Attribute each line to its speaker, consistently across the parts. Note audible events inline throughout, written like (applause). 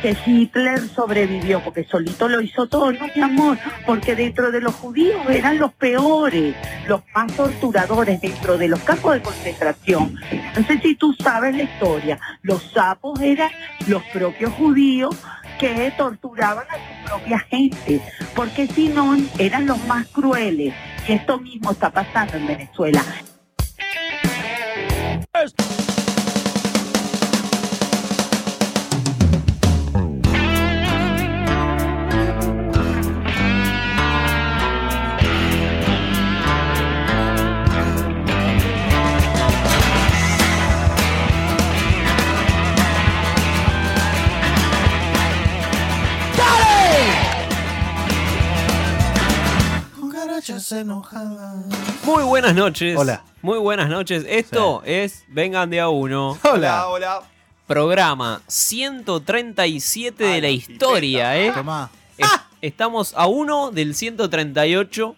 Speaker 1: que Hitler sobrevivió, porque solito lo hizo todo, no mi amor, porque dentro de los judíos eran los peores, los más torturadores dentro de los campos de concentración. No sé si tú sabes la historia, los sapos eran los propios judíos que torturaban a su propia gente, porque si no eran los más crueles. Y esto mismo está pasando en Venezuela.
Speaker 2: Muy buenas noches.
Speaker 3: Hola.
Speaker 2: Muy buenas noches. Esto es Vengan de a uno.
Speaker 3: Hola.
Speaker 4: hola.
Speaker 2: Programa 137 de
Speaker 4: A
Speaker 2: la
Speaker 4: la
Speaker 2: historia, ¿eh?
Speaker 3: Tomá.
Speaker 2: Es-
Speaker 3: Ah.
Speaker 2: estamos a uno del 138.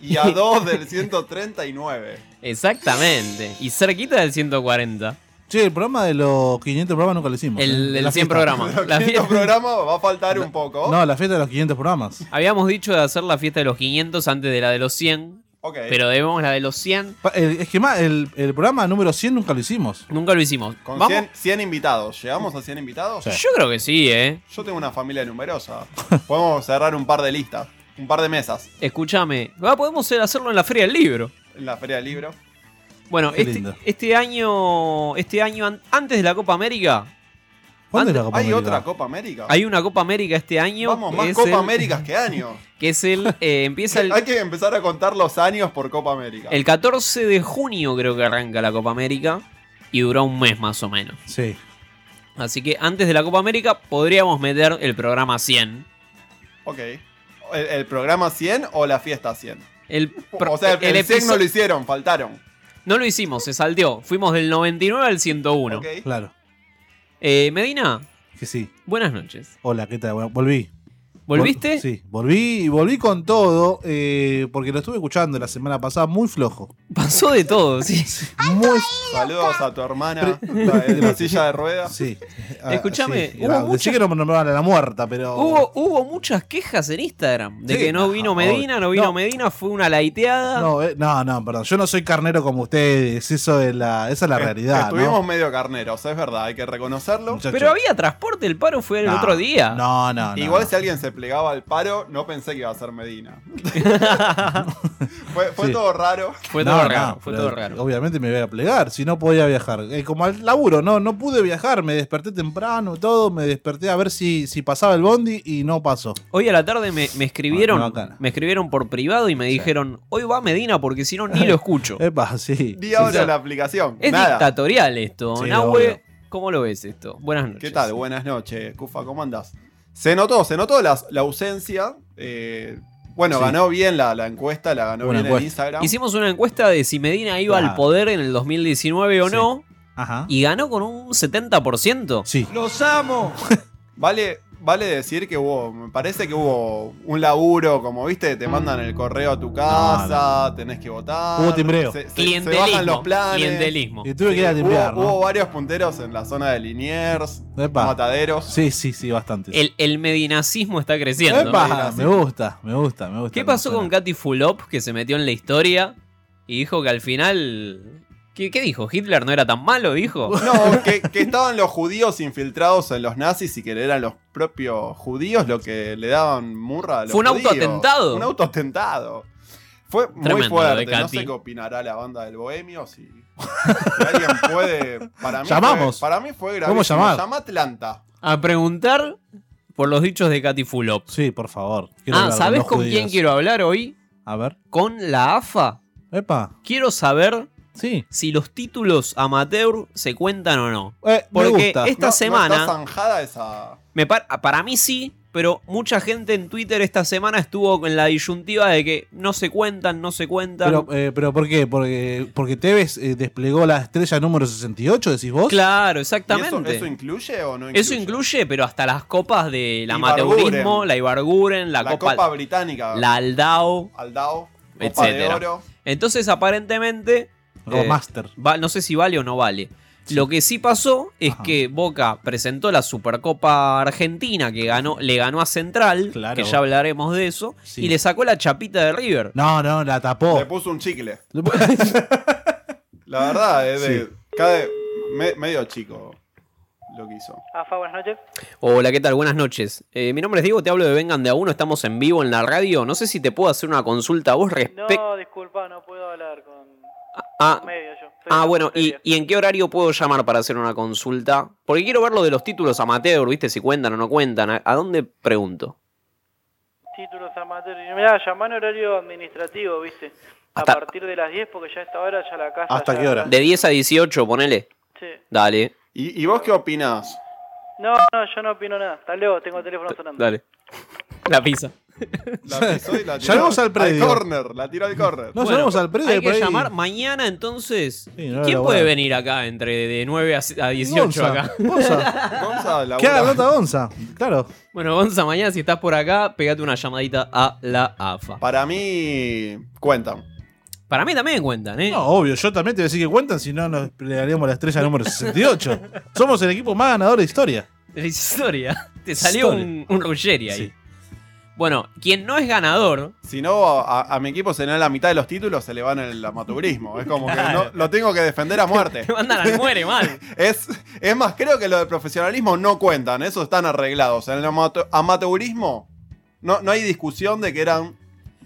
Speaker 4: Y a dos
Speaker 2: (laughs)
Speaker 4: del 139.
Speaker 2: Exactamente. Y cerquita del 140.
Speaker 3: Che, el programa de los 500 programas nunca lo hicimos.
Speaker 2: El,
Speaker 3: eh, La
Speaker 2: el 100
Speaker 3: fiesta. (laughs)
Speaker 2: programas. La
Speaker 4: El
Speaker 2: fiesta-
Speaker 4: quinto programa va a faltar un poco.
Speaker 3: No, la fiesta de los 500 programas.
Speaker 2: Habíamos dicho de hacer la fiesta de los 500 antes de la de los 100.
Speaker 4: Ok.
Speaker 2: Pero debemos la de los 100.
Speaker 3: Pa- el- es que más, el, el programa número 100 nunca lo hicimos.
Speaker 2: Nunca lo hicimos.
Speaker 4: Con
Speaker 2: Vamos-
Speaker 4: 100, 100 invitados. ¿Llegamos a 100 invitados?
Speaker 3: Sí.
Speaker 2: Yo creo que sí, ¿eh?
Speaker 4: Yo tengo una familia
Speaker 2: (laughs)
Speaker 4: numerosa. Podemos cerrar un par de listas, un par de mesas
Speaker 2: Escúchame. Ah, podemos hacerlo en la feria del libro.
Speaker 4: en la Feria del Libro.
Speaker 2: Bueno,
Speaker 3: Qué
Speaker 2: este,
Speaker 3: lindo.
Speaker 2: este año, este año an- antes de la Copa América,
Speaker 3: ¿Cuándo
Speaker 2: Antes-
Speaker 3: es la Copa
Speaker 4: ¿Hay
Speaker 3: América?
Speaker 4: otra Copa América?
Speaker 2: hay una Copa América este año.
Speaker 4: Vamos,
Speaker 2: que
Speaker 4: más
Speaker 2: es
Speaker 4: Copa
Speaker 2: el-
Speaker 4: Américas que años.
Speaker 2: Que es el, eh, empieza el,
Speaker 4: Hay que empezar a contar los años por Copa América.
Speaker 2: el 14 de junio creo que arranca la Copa América y dura un mes más o menos.
Speaker 3: Sí.
Speaker 2: Así que antes de la Copa América podríamos meter el programa 100.
Speaker 4: Ok. ¿El, el programa 100 o la fiesta 100?
Speaker 2: El, pro-
Speaker 4: O sea, el, el 100
Speaker 2: episo-
Speaker 4: no lo hicieron, faltaron.
Speaker 2: no lo hicimos, se salteó. Fuimos del 99 al 101.
Speaker 4: Ok.
Speaker 3: Claro.
Speaker 2: Eh, Medina,
Speaker 3: Que sí.
Speaker 2: buenas noches.
Speaker 3: Hola, ¿qué tal? Bueno, volví.
Speaker 2: ¿Volviste?
Speaker 3: Vol- sí, volví y volví con todo eh, porque lo estuve escuchando la semana pasada muy flojo.
Speaker 2: Pasó de todo, sí.
Speaker 3: Muy
Speaker 4: Saludos a tu hermana la de la silla de ruedas.
Speaker 3: Sí. Ah,
Speaker 2: (laughs) Escuchame,
Speaker 3: sí.
Speaker 2: hubo
Speaker 3: Ah,
Speaker 2: mucha-
Speaker 3: Decí que no me nombraban a la muerta, pero.
Speaker 2: Hubo, hubo muchas quejas en Instagram de
Speaker 3: Sí.
Speaker 2: que no vino
Speaker 3: Ajá,
Speaker 2: Medina, no vino
Speaker 3: No.
Speaker 2: Medina, fue una laiteada.
Speaker 3: No, eh, no, no, perdón. Yo no soy carnero como ustedes. Eso es la, esa es
Speaker 2: Eh,
Speaker 3: la realidad.
Speaker 4: Estuvimos
Speaker 3: ¿no?
Speaker 4: medio carneros, es verdad, hay que reconocerlo.
Speaker 3: Muchachos.
Speaker 2: pero había transporte, el paro fue el
Speaker 3: No,
Speaker 2: otro día.
Speaker 3: No, (laughs) no, no.
Speaker 4: E Igual
Speaker 3: no.
Speaker 4: si alguien se plegaba al paro, no pensé que iba a ser Medina. fue fue
Speaker 3: Sí.
Speaker 4: todo raro.
Speaker 2: (laughs) Fue
Speaker 3: No,
Speaker 2: todo
Speaker 3: no,
Speaker 2: raro, fue
Speaker 3: pero
Speaker 2: todo raro.
Speaker 3: Obviamente me voy a plegar, si no podía viajar. Eh, como al laburo, no, no pude viajar, me desperté temprano, todo, me desperté a ver si, si pasaba el bondi y no pasó.
Speaker 2: Hoy a la tarde me, me escribieron,
Speaker 3: Bueno, bacana.
Speaker 2: me escribieron por privado y me dijeron, hoy va Medina porque si no ni
Speaker 3: (laughs)
Speaker 2: lo escucho.
Speaker 3: Epa, sí.
Speaker 4: Di ahora
Speaker 2: Sí, sí.
Speaker 4: la aplicación.
Speaker 2: es
Speaker 4: Nada.
Speaker 2: dictatorial esto.
Speaker 3: Sí,
Speaker 2: Nahue,
Speaker 3: obvio.
Speaker 2: ¿cómo lo ves esto? Buenas noches.
Speaker 4: ¿Qué tal? Buenas noches, Cufa, ¿cómo andás? Se notó, se notó la, la ausencia. eh, bueno,
Speaker 3: Sí.
Speaker 4: ganó bien la, la encuesta, la ganó bien
Speaker 3: Buena
Speaker 4: en
Speaker 3: encuesta.
Speaker 4: Instagram.
Speaker 2: Hicimos una encuesta de si Medina iba al
Speaker 3: Claro.
Speaker 2: poder en el 2019 o
Speaker 3: Sí.
Speaker 2: no
Speaker 3: Ajá.
Speaker 2: y ganó con un 70%.
Speaker 3: Sí.
Speaker 4: (laughs) Vale, vale decir que hubo, me parece que hubo un laburo, como viste, te mandan el correo a tu casa, tenés que votar.
Speaker 3: Hubo timbreo.
Speaker 4: Se, se- se
Speaker 2: Clientelismo.
Speaker 4: bajan los planes.
Speaker 2: clientelismo.
Speaker 3: Y tuve que ir a
Speaker 4: Sí,
Speaker 3: limpiar,
Speaker 4: hubo,
Speaker 3: ¿no?
Speaker 4: hubo varios punteros en la zona de Liniers,
Speaker 3: Epa.
Speaker 4: mataderos.
Speaker 3: Sí, sí, sí, bastante.
Speaker 2: El, el medinacismo está creciendo.
Speaker 3: Epa,
Speaker 4: Mira, sí.
Speaker 3: me gusta, me gusta, me gusta.
Speaker 2: ¿Qué
Speaker 3: Me
Speaker 2: pasó
Speaker 3: suena.
Speaker 2: con Katy Fulop que se metió en la historia y dijo que al final... ¿Qué, qué dijo? ¿Hitler no era tan malo? Dijo.
Speaker 4: No, que, que estaban los judíos infiltrados en los nazis y que eran los propios judíos lo que le daban murra a los
Speaker 2: Fue un
Speaker 4: judíos.
Speaker 2: autoatentado.
Speaker 4: Un autoatentado. Fue muy
Speaker 2: Tremendo lo de
Speaker 4: fuerte. No
Speaker 2: Katy.
Speaker 4: sé qué opinará la banda del Bohemio. Si, si alguien puede. Para mí
Speaker 3: Llamamos.
Speaker 4: Fue, para mí fue gravísimo.
Speaker 3: ¿Cómo llamar?
Speaker 4: Llama a Atlanta.
Speaker 2: A preguntar por los dichos de Katy Fulop.
Speaker 3: Sí, por favor. Quiero
Speaker 2: Ah,
Speaker 3: hablar
Speaker 2: ¿sabes
Speaker 3: los
Speaker 2: con
Speaker 3: judíos.
Speaker 2: quién quiero hablar hoy?
Speaker 3: A ver.
Speaker 2: Con la AFA.
Speaker 3: Epa,
Speaker 2: Quiero saber
Speaker 3: sí.
Speaker 2: si los títulos amateur se cuentan o no.
Speaker 3: Eh, me
Speaker 2: Porque este
Speaker 3: gusta.
Speaker 2: Esta
Speaker 4: No- no
Speaker 2: semana-
Speaker 4: está zanjada esa.
Speaker 2: Me par- para mí sí, pero mucha gente en Twitter esta semana estuvo con la disyuntiva de que no se cuentan, no se cuentan.
Speaker 3: Pero, eh, pero ¿por qué? Porque, porque Tevez eh, desplegó la estrella número 68, decís vos.
Speaker 2: claro,
Speaker 4: ¿Y eso,
Speaker 2: exactamente.
Speaker 4: ¿Eso incluye o no incluye?
Speaker 2: Eso incluye, pero hasta las copas del
Speaker 4: Ibarguren.
Speaker 2: amateurismo, la Ibarguren, la,
Speaker 4: la,
Speaker 2: copa,
Speaker 4: Copa, Británica.
Speaker 2: la Aldao.
Speaker 4: Aldao. Copa de
Speaker 2: Etcétera.
Speaker 4: Oro.
Speaker 2: Entonces, aparentemente,
Speaker 3: Como
Speaker 2: eh,
Speaker 3: Master.
Speaker 2: va- no sé si vale o no vale. Lo que sí pasó es
Speaker 3: Ajá.
Speaker 2: que Boca presentó la Supercopa Argentina que ganó, le ganó a Central,
Speaker 3: Claro.
Speaker 2: que ya hablaremos de eso,
Speaker 3: Sí.
Speaker 2: y le sacó la chapita de River.
Speaker 3: No, no, la
Speaker 2: Oh.
Speaker 3: tapó.
Speaker 4: Le puso un chicle.
Speaker 2: (laughs)
Speaker 3: Le pu-
Speaker 4: La verdad, es de. cae me- medio chico lo que hizo.
Speaker 5: AFA, buenas noches.
Speaker 2: Hola, ¿qué tal? Buenas noches. Eh, mi nombre es Diego, te hablo de Vengan de a uno, estamos en vivo en la radio. No sé si te puedo hacer una consulta a vos
Speaker 5: No,
Speaker 2: respecto
Speaker 5: disculpa, no puedo hablar con
Speaker 2: a...
Speaker 5: medio yo. Soy
Speaker 2: Ah,
Speaker 5: de
Speaker 2: bueno, ¿y,
Speaker 5: Montevideo.
Speaker 2: y en qué horario puedo llamar para hacer una consulta? Porque quiero ver lo de los títulos amateur, ¿viste? Si cuentan o no cuentan. ¿A, a dónde pregunto?
Speaker 5: Títulos amateurs. Mirá, llamá en horario administrativo, viste. A
Speaker 2: Hasta-
Speaker 5: partir de las 10, porque ya a esta hora ya la casa...
Speaker 3: ¿Hasta
Speaker 5: ya-
Speaker 3: qué hora?
Speaker 2: De 10 a 18, ponele.
Speaker 5: Sí.
Speaker 2: Dale,
Speaker 4: ¿Y, y vos qué opinás?
Speaker 5: No, no, yo no opino nada. Hasta luego, tengo el teléfono sonando.
Speaker 2: dale. (laughs) La pizza.
Speaker 4: La pisó y
Speaker 3: (laughs)
Speaker 4: la tiró
Speaker 3: Llamemos al predio.
Speaker 4: corner, la tiró al corner.
Speaker 3: No, llamamos al predio
Speaker 2: Hay
Speaker 3: y por
Speaker 2: que
Speaker 3: ahí-
Speaker 2: llamar mañana entonces.
Speaker 3: Sí, no,
Speaker 2: ¿Quién
Speaker 3: la
Speaker 2: puede
Speaker 3: buena.
Speaker 2: venir acá entre de 9 a a 18
Speaker 3: Gonza,
Speaker 2: acá? (laughs)
Speaker 3: Gonza.
Speaker 4: Gonza labura. (laughs)
Speaker 3: ¿Qué haga nota Gonza? Claro.
Speaker 2: Bueno, Gonza, mañana si estás por acá, pegate una llamadita a la AFA.
Speaker 4: Para mí, cuentan.
Speaker 2: Para mí también cuentan, ¿eh?
Speaker 3: No, obvio, yo también te voy a decir que cuentan, si no nos le daríamos la estrella número 68. Somos el equipo más ganador de historia.
Speaker 2: La historia. (laughs) Te salió
Speaker 3: Historia.
Speaker 2: un, un Ruggeri ahí.
Speaker 3: Sí.
Speaker 2: Bueno, quien no es ganador, (laughs)
Speaker 4: Si no, a, a mi equipo se le dan la mitad de los títulos, se le van el amateurismo. Es como que no, lo tengo que defender a muerte.
Speaker 2: te mandan al muere mal.
Speaker 4: Es, es más, creo que lo de profesionalismo no cuentan, eso están arreglados. En el amate- amateurismo no, no hay discusión de que eran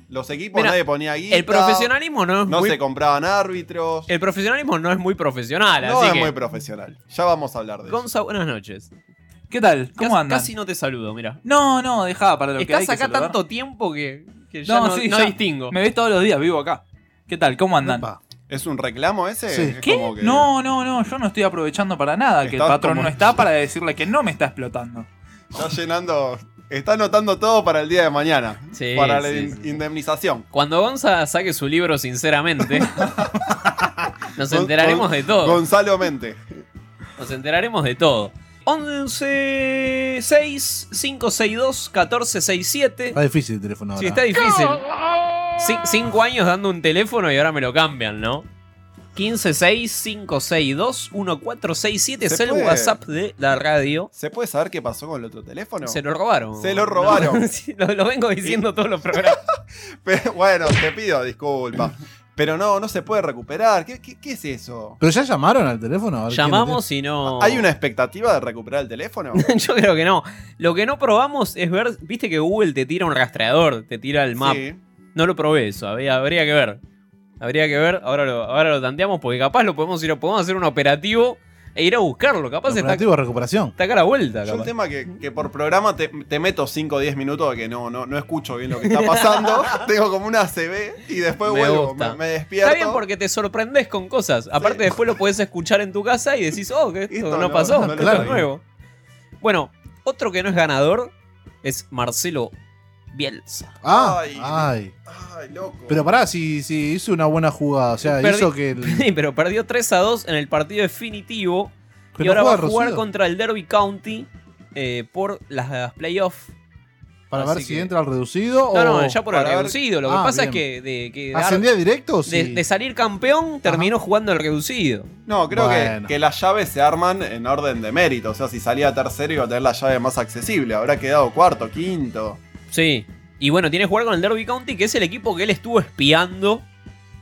Speaker 4: los equipos,
Speaker 2: Mira,
Speaker 4: nadie ponía guita,
Speaker 2: El profesionalismo no es
Speaker 4: no
Speaker 2: muy.
Speaker 4: se compraban árbitros,
Speaker 2: El profesionalismo no es muy profesional,
Speaker 4: no
Speaker 2: así
Speaker 4: es
Speaker 2: que.
Speaker 4: muy profesional. Ya vamos a hablar de eso.
Speaker 2: Gonza, buenas noches.
Speaker 6: ¿Qué tal? ¿Cómo
Speaker 2: Casi-
Speaker 6: andan?
Speaker 2: Casi no te saludo, mira.
Speaker 6: No, no, dejá para lo que hay
Speaker 2: Estás
Speaker 6: que
Speaker 2: acá
Speaker 6: saludar.
Speaker 2: tanto tiempo que, que ya no,
Speaker 6: No, sí,
Speaker 2: no
Speaker 6: ya.
Speaker 2: distingo.
Speaker 6: Me ves todos los días, vivo acá. ¿Qué tal? ¿Cómo andan?
Speaker 3: Epa.
Speaker 4: ¿Es un reclamo ese?
Speaker 3: Sí.
Speaker 4: Es
Speaker 6: ¿Qué?
Speaker 4: como que-
Speaker 6: No, no, no, yo no estoy aprovechando para nada que el
Speaker 4: Estás
Speaker 6: patrón
Speaker 4: como-
Speaker 6: no está para decirle que no me está explotando.
Speaker 4: Está llenando. Está anotando todo para el día de mañana.
Speaker 2: Sí,
Speaker 4: para la
Speaker 2: sí,
Speaker 4: in-
Speaker 2: sí, sí.
Speaker 4: indemnización.
Speaker 2: Cuando Gonza saque su libro, sinceramente,
Speaker 4: (laughs)
Speaker 2: nos enteraremos
Speaker 4: Gon-
Speaker 2: de todo.
Speaker 4: Gonzalo Mente.
Speaker 2: Nos enteraremos de todo. 11 6 562 1467.
Speaker 3: Está difícil el teléfono ahora.
Speaker 2: Sí, está difícil. Ci- cinco años dando un teléfono y ahora me lo cambian, ¿no? 1565621467 es
Speaker 4: ¿Se
Speaker 2: el
Speaker 4: puede?
Speaker 2: WhatsApp de la radio.
Speaker 4: ¿Se puede saber qué pasó con el otro teléfono?
Speaker 2: Se lo robaron.
Speaker 4: Se lo robaron.
Speaker 2: No, (laughs) sí, lo, lo vengo diciendo todos los programas.
Speaker 4: (laughs) Pero, bueno, te pido disculpas. Pero no, no se puede recuperar. ¿Qué, qué- qué es eso?
Speaker 3: ¿Pero ya llamaron al teléfono? A ver quién lo
Speaker 2: Llamamos y no.
Speaker 4: ¿Hay una expectativa de recuperar el teléfono?
Speaker 2: (laughs) Yo creo que no. Lo que no probamos es ver. Viste que Google te tira un rastreador, te tira el map.
Speaker 4: Sí.
Speaker 2: No lo probé eso, habría, habría que ver. Habría que ver, ahora lo, ahora lo tanteamos porque capaz lo podemos ir, a- podemos hacer un operativo e ir a buscarlo. Capaz
Speaker 3: tiene.
Speaker 2: está,
Speaker 3: Operativo de recuperación.
Speaker 2: está acá a la vuelta.
Speaker 4: Yo el
Speaker 2: capaz.
Speaker 4: tema que, que por programa te, te meto 5 o 10 minutos de que no, no, no escucho bien lo que está
Speaker 3: (laughs)
Speaker 4: pasando. Tengo como una CB y después
Speaker 2: Me
Speaker 4: vuelvo,
Speaker 2: gusta.
Speaker 4: me, me despierto.
Speaker 2: Está bien porque te sorprendes con cosas. Aparte,
Speaker 4: Sí.
Speaker 2: después lo podés escuchar en tu casa y decís, oh, que esto,
Speaker 4: Esto
Speaker 2: no,
Speaker 4: no,
Speaker 2: pasó,
Speaker 4: no lo
Speaker 2: esto es
Speaker 3: sabía.
Speaker 2: nuevo. Bueno, otro que no es ganador es Marcelo Bielsa.
Speaker 3: Ah,
Speaker 4: Ay.
Speaker 3: ay.
Speaker 4: Ay, loco.
Speaker 3: Pero pará, si, si hizo una buena jugada. O sea,
Speaker 2: Perdí-
Speaker 3: hizo que.
Speaker 2: (laughs)
Speaker 3: El...
Speaker 2: Pero perdió 3 a 2 en el partido definitivo
Speaker 3: Pero
Speaker 2: y ahora va a
Speaker 3: juega
Speaker 2: jugar
Speaker 3: Rosero,
Speaker 2: contra el Derby County eh, por las, las playoffs
Speaker 3: Para
Speaker 2: así
Speaker 3: ver si
Speaker 2: que-
Speaker 3: entra al reducido
Speaker 2: No,
Speaker 3: o.
Speaker 2: no, ya por el
Speaker 4: Oh, para ver-
Speaker 2: reducido. Lo que
Speaker 3: Ah,
Speaker 2: pasa es que
Speaker 3: bien.
Speaker 2: de, que dar-
Speaker 3: ¿Ascendía directo?
Speaker 2: de-
Speaker 3: o sí?
Speaker 2: de salir campeón terminó jugando el reducido.
Speaker 4: No, creo que-
Speaker 3: Bueno.
Speaker 4: que, las llaves se arman en orden de mérito. O sea, si salía tercero iba a tener la llave más accesible. Habrá quedado cuarto, quinto.
Speaker 2: Sí. Y bueno, tiene que jugar con el Derby County, que es el equipo que él estuvo espiando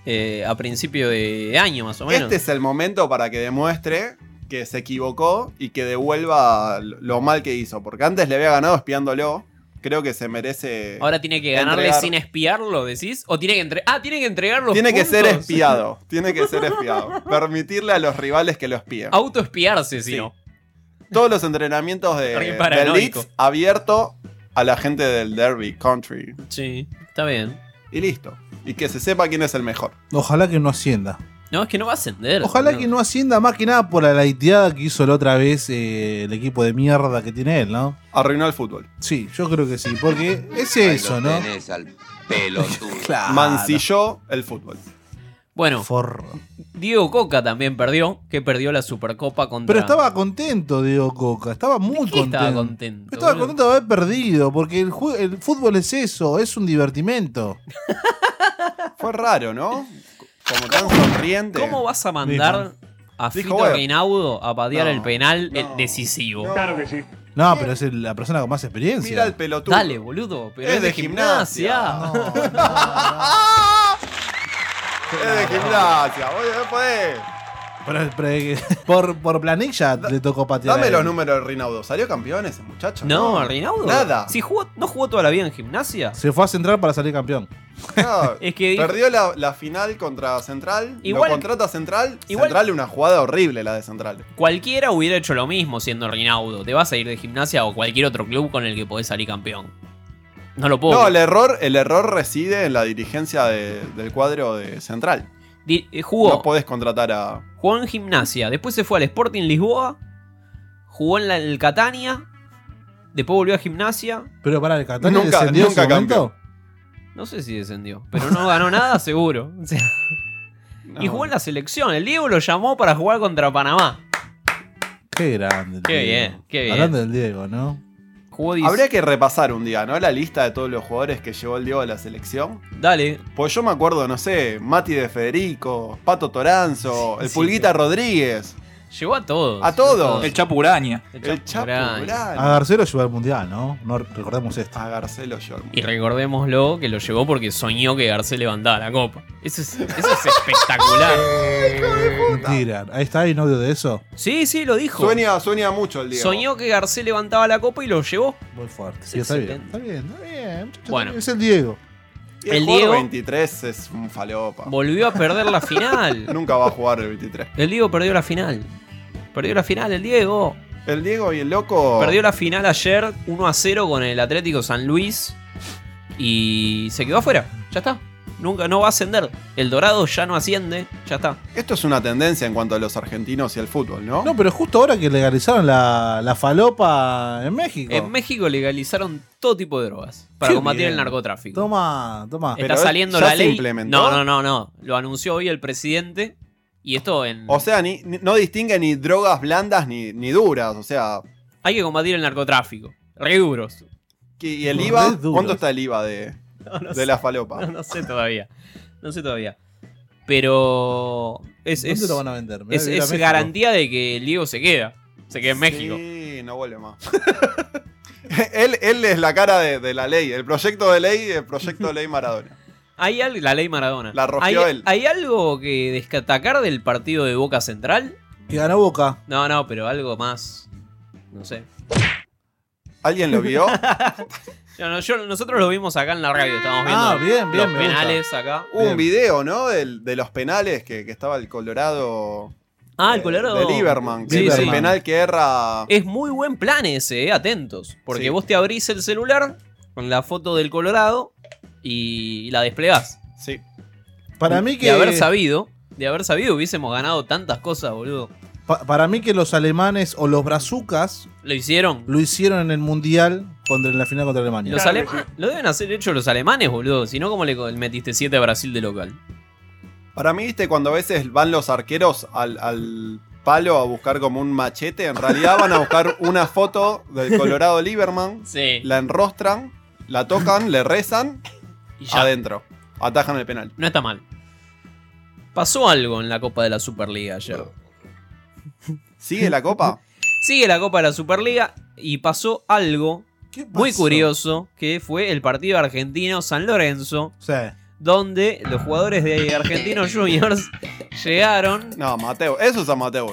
Speaker 2: eh, a principio de año, más o menos.
Speaker 4: Este es el momento para que demuestre que se equivocó y que devuelva lo- lo mal que hizo. Porque antes le había ganado espiándolo. Creo que se merece.
Speaker 2: Ahora tiene que ganarle
Speaker 4: Entregar.
Speaker 2: sin espiarlo, decís. O tiene que entre- Ah, tiene que entregar los
Speaker 4: tiene que ser
Speaker 2: puntos.
Speaker 4: espiado. Tiene que ser espiado. Permitirle a los rivales que lo espíen.
Speaker 2: (laughs) Autoespiarse, si
Speaker 4: Sí.
Speaker 2: no.
Speaker 4: Todos los entrenamientos de,
Speaker 2: Alguien
Speaker 4: del
Speaker 2: paranoico.
Speaker 4: Leeds abierto a la gente del Derby Country.
Speaker 2: Sí, está bien.
Speaker 4: Y listo. Y que se sepa quién es el mejor.
Speaker 3: Ojalá que no ascienda.
Speaker 2: No, es que no va a ascender.
Speaker 3: Ojalá que no ascienda más que nada por la laiteada que hizo la otra vez eh, el equipo de mierda que tiene él, ¿no?
Speaker 4: Arruinó el fútbol.
Speaker 3: Sí, yo creo que sí, porque es eso, ¿no? (laughs)
Speaker 2: Ah,
Speaker 3: Claro.
Speaker 4: Mancilló el fútbol.
Speaker 2: Bueno,
Speaker 3: Forro.
Speaker 2: Diego Coca también perdió, que perdió la Supercopa contra.
Speaker 3: Pero estaba contento Diego Coca, estaba
Speaker 2: ¿De
Speaker 3: muy
Speaker 2: qué
Speaker 3: contento.
Speaker 2: estaba contento,
Speaker 3: Estaba
Speaker 2: boludo?
Speaker 3: contento de haber perdido, porque el, ju- el fútbol es eso, es un divertimento.
Speaker 4: Fue raro, ¿no? Como tan sonriente.
Speaker 2: ¿Cómo vas a mandar a
Speaker 4: Dijo,
Speaker 2: Fito
Speaker 4: bueno.
Speaker 2: Reinaudo a patear
Speaker 4: No,
Speaker 2: el penal el
Speaker 4: no,
Speaker 2: decisivo?
Speaker 4: no.
Speaker 3: No, pero es el- la persona con más experiencia.
Speaker 4: Mira el pelotudo. Eh,
Speaker 2: Dale, boludo, pero
Speaker 4: Es
Speaker 2: es,
Speaker 4: de
Speaker 2: de,
Speaker 4: gimnasia.
Speaker 2: gimnasia.
Speaker 3: No, no, no.
Speaker 4: Es de gimnasia. Oye, no podés.
Speaker 3: Pero- pero- (laughs) por, por planilla le tocó patear. a
Speaker 4: Dame
Speaker 3: él.
Speaker 4: los números de Rinaudo. ¿Salió campeón ese muchacho?
Speaker 2: No, Reinaudo.
Speaker 4: Nada.
Speaker 2: Si jugó, no jugó toda la vida en gimnasia.
Speaker 3: Se fue a centrar para salir campeón.
Speaker 2: (laughs)
Speaker 4: No.
Speaker 2: Es que dijo-
Speaker 4: Perdió la, la final contra Central.
Speaker 2: Igual-
Speaker 4: lo contrata Central.
Speaker 2: igual-
Speaker 4: Central una jugada horrible la de Central.
Speaker 2: cualquiera hubiera hecho lo mismo siendo Reinaudo. Te vas a ir de gimnasia o cualquier otro club con el que podés salir campeón. No lo puedo.
Speaker 4: No, el error, el error reside en la dirigencia de- del cuadro de Central.
Speaker 2: Di- eh, jugó,
Speaker 4: No podés contratar a.
Speaker 2: jugó en gimnasia, después se fue al Sporting Lisboa, jugó en la- el Catania, después volvió a gimnasia.
Speaker 3: Pero para el Catania
Speaker 4: Nunca-
Speaker 3: descendió en su
Speaker 4: nunca
Speaker 3: momento.
Speaker 4: campeón.
Speaker 2: No sé si descendió, pero no
Speaker 4: (laughs)
Speaker 2: ganó nada seguro. O sea, Y
Speaker 4: No.
Speaker 2: jugó en la selección. El Diego lo llamó para jugar contra Panamá.
Speaker 3: Qué grande. el
Speaker 2: Qué
Speaker 3: Diego.
Speaker 2: bien, qué bien.
Speaker 3: Hablando del Diego, ¿no?
Speaker 2: Jugó 10.
Speaker 4: Habría que repasar un día, ¿no? La lista de todos los jugadores que llevó el Diego a la selección.
Speaker 2: Dale.
Speaker 4: Pues yo me acuerdo, no sé, Mati de Federico, Pato Toranzo,
Speaker 2: Sí,
Speaker 4: el
Speaker 2: sí,
Speaker 4: Pulguita Rodríguez,
Speaker 2: Llegó a todos.
Speaker 4: A todos.
Speaker 6: El Chapuraña.
Speaker 4: el Chapo
Speaker 2: Grande.
Speaker 4: Grande.
Speaker 3: A Garcero llevó al mundial, ¿no? No recordemos esto.
Speaker 4: A Garcelo Yormo.
Speaker 2: Y recordémoslo que lo llevó porque soñó que Garcés levantaba la copa. Eso es, eso es
Speaker 4: (laughs)
Speaker 2: espectacular.
Speaker 3: Mentira. Ahí está, hay un audio de eso.
Speaker 2: Sí, sí, lo dijo.
Speaker 4: Sueña, sueña mucho el Diego.
Speaker 2: Soñó que Garcés levantaba la copa y lo llevó.
Speaker 3: Muy fuerte.
Speaker 2: Es
Speaker 3: Sí, está bien. Está
Speaker 2: excelente.
Speaker 3: bien, está bien. muchacho,
Speaker 2: Bueno.
Speaker 3: Es el Diego.
Speaker 4: Y el,
Speaker 2: el
Speaker 4: jugador
Speaker 2: Diego-
Speaker 4: 23 es un falopa.
Speaker 2: Volvió a perder la final.
Speaker 4: (laughs) Nunca va a jugar el 23.
Speaker 2: El Diego perdió la final. Perdió la final el Diego.
Speaker 4: El Diego y el loco.
Speaker 2: Perdió la final ayer 1 a 0 con el Atlético San Luis. Y se quedó afuera. Ya está. Nunca, no va a ascender. El Dorado ya no asciende. Ya está.
Speaker 4: Esto es una tendencia en cuanto a los argentinos y el fútbol, ¿no?
Speaker 3: No, pero justo ahora que legalizaron la, la falopa en México.
Speaker 2: En México legalizaron todo tipo de drogas para
Speaker 3: Qué
Speaker 2: combatir
Speaker 3: bien.
Speaker 2: el narcotráfico.
Speaker 3: Toma, toma.
Speaker 4: Eh,
Speaker 2: Está
Speaker 4: Pero,
Speaker 2: saliendo
Speaker 4: ¿ya
Speaker 2: la
Speaker 4: se
Speaker 2: ley.
Speaker 4: implementó?
Speaker 2: No, no, no, no. Lo anunció hoy el presidente. Y esto en.
Speaker 4: O sea, ni, ni- no distingue ni drogas blandas ni, ni duras. O sea,
Speaker 2: hay que combatir el narcotráfico. Re duros.
Speaker 4: que- ¿y el
Speaker 3: Re
Speaker 4: IVA?
Speaker 3: duros.
Speaker 4: ¿Cuánto está el IVA de,
Speaker 2: No, no
Speaker 4: de
Speaker 2: sé.
Speaker 4: la falopa?
Speaker 2: (laughs) No, no sé todavía. No sé todavía. Pero. Es,
Speaker 3: ¿Dónde
Speaker 2: es,
Speaker 3: lo van a vender? Me
Speaker 2: es-
Speaker 3: voy a ir a
Speaker 2: es
Speaker 3: México.
Speaker 2: garantía de que el Diego se queda. Se queda en México.
Speaker 4: Sí, no vuelve más. (laughs) él, él es la cara de, de la ley, el proyecto de ley, el proyecto de ley Maradona.
Speaker 2: Hay algo, la ley Maradona.
Speaker 4: La
Speaker 2: ¿Hay,
Speaker 4: rojeó él.
Speaker 2: ¿Hay algo que destacar del partido de Boca Central?
Speaker 3: Que ganó Boca.
Speaker 2: No, no, pero algo más. No sé.
Speaker 4: ¿Alguien lo
Speaker 2: (laughs)
Speaker 4: vio?
Speaker 2: No, no, yo- nosotros lo vimos acá en la radio. Estamos viendo
Speaker 3: Ah, bien, bien,
Speaker 2: los
Speaker 3: me gusta.
Speaker 2: penales acá.
Speaker 4: Hubo
Speaker 3: Bien.
Speaker 4: un video, ¿no? Del- de los penales que, que estaba el Colorado.
Speaker 2: Ah, el
Speaker 4: eh,
Speaker 2: Colorado.
Speaker 4: De Lieberman. que
Speaker 2: Sí,
Speaker 4: es
Speaker 2: sí. Eh,
Speaker 4: El penal que erra.
Speaker 2: Es muy buen plan ese, eh, atentos. Porque
Speaker 4: Sí.
Speaker 2: vos te abrís el celular con la foto del Colorado y la desplegás.
Speaker 4: Sí.
Speaker 3: Para mí
Speaker 2: De
Speaker 3: que.
Speaker 2: haber sabido, de haber sabido hubiésemos ganado tantas cosas, boludo.
Speaker 3: pa- para mí que los alemanes o los brazucas
Speaker 2: Lo hicieron.
Speaker 3: lo hicieron en el mundial contra, en la final contra Alemania.
Speaker 2: Los alema- Lo deben hacer hecho los alemanes, boludo. Si no, ¿cómo le co- metiste 7 a Brasil de local?
Speaker 4: Para mí, viste, cuando a veces van los arqueros al, al palo a buscar como un machete, en realidad van a buscar una foto del
Speaker 2: (laughs)
Speaker 4: Colorado Lieberman,
Speaker 2: Sí.
Speaker 4: la enrostran, la tocan, le rezan,
Speaker 2: (laughs) Y ya.
Speaker 4: adentro. Atajan el penal.
Speaker 2: No está mal. Pasó algo en la Copa de la Superliga ayer.
Speaker 4: ¿Sigue la copa?
Speaker 2: Sigue la Copa de la Superliga y pasó algo
Speaker 3: ¿Qué pasó?
Speaker 2: muy curioso, que fue el partido argentino San Lorenzo,
Speaker 3: Sí.
Speaker 2: donde los jugadores de
Speaker 4: (laughs)
Speaker 2: Argentinos Juniors llegaron.
Speaker 4: No, Mateo. Eso es amateur.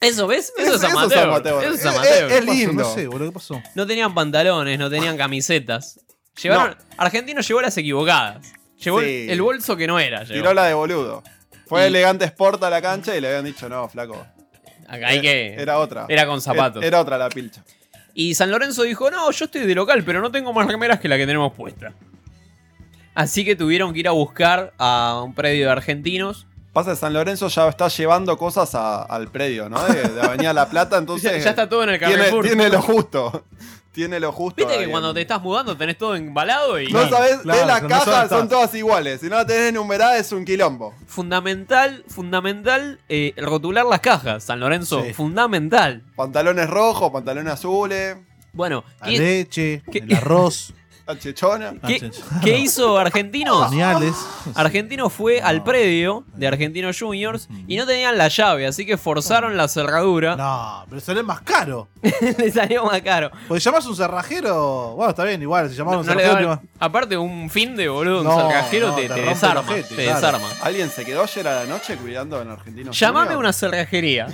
Speaker 2: Eso, ¿ves? Eso es
Speaker 4: Eso es
Speaker 2: amateur.
Speaker 4: amateur.
Speaker 2: Eso es
Speaker 4: Eh, eh,
Speaker 2: amateur.
Speaker 4: eh,
Speaker 3: ¿Qué pasó?
Speaker 4: lindo.
Speaker 3: No sé, boludo, ¿qué pasó?
Speaker 2: No tenían pantalones, no tenían camisetas. Llevaron. Argentino llevó las equivocadas. Llevó el-
Speaker 4: Sí.
Speaker 2: el bolso que no era. llevó.
Speaker 4: Tiró la de boludo. Fue
Speaker 2: Y-
Speaker 4: elegante sport a la cancha y le habían dicho, no, flaco.
Speaker 2: Acá hay que.
Speaker 4: Era otra.
Speaker 2: Era con zapatos.
Speaker 4: Era otra la pilcha.
Speaker 2: Y San Lorenzo dijo, no, yo estoy de local, pero no tengo más remeras que la que tenemos puesta. Así que tuvieron que ir a buscar a un predio de argentinos
Speaker 4: Pasa que San Lorenzo ya está llevando cosas a- al predio, ¿no? De, de Avenida La Plata, entonces.
Speaker 2: (laughs) ya, ya está todo en el
Speaker 4: tiene,
Speaker 2: Carrefour.
Speaker 4: tiene lo justo. (laughs) Tiene lo justo.
Speaker 2: Viste que
Speaker 4: ahí.
Speaker 2: cuando te estás mudando tenés todo embalado y.
Speaker 4: No sabes,
Speaker 3: Claro,
Speaker 4: de la
Speaker 3: cuando
Speaker 4: caja
Speaker 3: soltás.
Speaker 4: son todas iguales. Si no la tenés enumerada, es un quilombo.
Speaker 2: Fundamental, fundamental eh, rotular las cajas, San Lorenzo.
Speaker 3: Sí.
Speaker 2: Fundamental.
Speaker 4: Pantalones rojos, pantalones azules,
Speaker 2: Bueno,
Speaker 3: La
Speaker 2: ¿qué,
Speaker 3: leche,
Speaker 2: ¿Qué? (laughs)
Speaker 3: el arroz,
Speaker 4: la chechona.
Speaker 2: qué-
Speaker 3: Ah, (laughs)
Speaker 2: qué hizo Argentinos?
Speaker 3: pañales.
Speaker 2: Argentino fue al
Speaker 3: No. Mm.
Speaker 2: predio de Argentinos Juniors y no tenían la llave, así que forzaron la cerradura.
Speaker 3: No, pero sale más caro.
Speaker 2: (laughs) le salió más caro.
Speaker 3: Porque llamás a un cerrajero. Bueno, está bien, igual. Si llamás a
Speaker 2: No-
Speaker 3: un
Speaker 2: no le
Speaker 3: cerrajero.
Speaker 2: daban- aparte, un fin de boludo, un
Speaker 3: No,
Speaker 2: cerrajero
Speaker 3: no,
Speaker 2: te,
Speaker 3: te
Speaker 2: te
Speaker 3: rompe el
Speaker 2: desarma.
Speaker 3: ojete,
Speaker 2: te
Speaker 3: claro.
Speaker 2: desarma.
Speaker 4: ¿Alguien se quedó ayer a la noche cuidando en Argentino?
Speaker 2: Llamame a
Speaker 4: Junior?
Speaker 2: una cerrajería.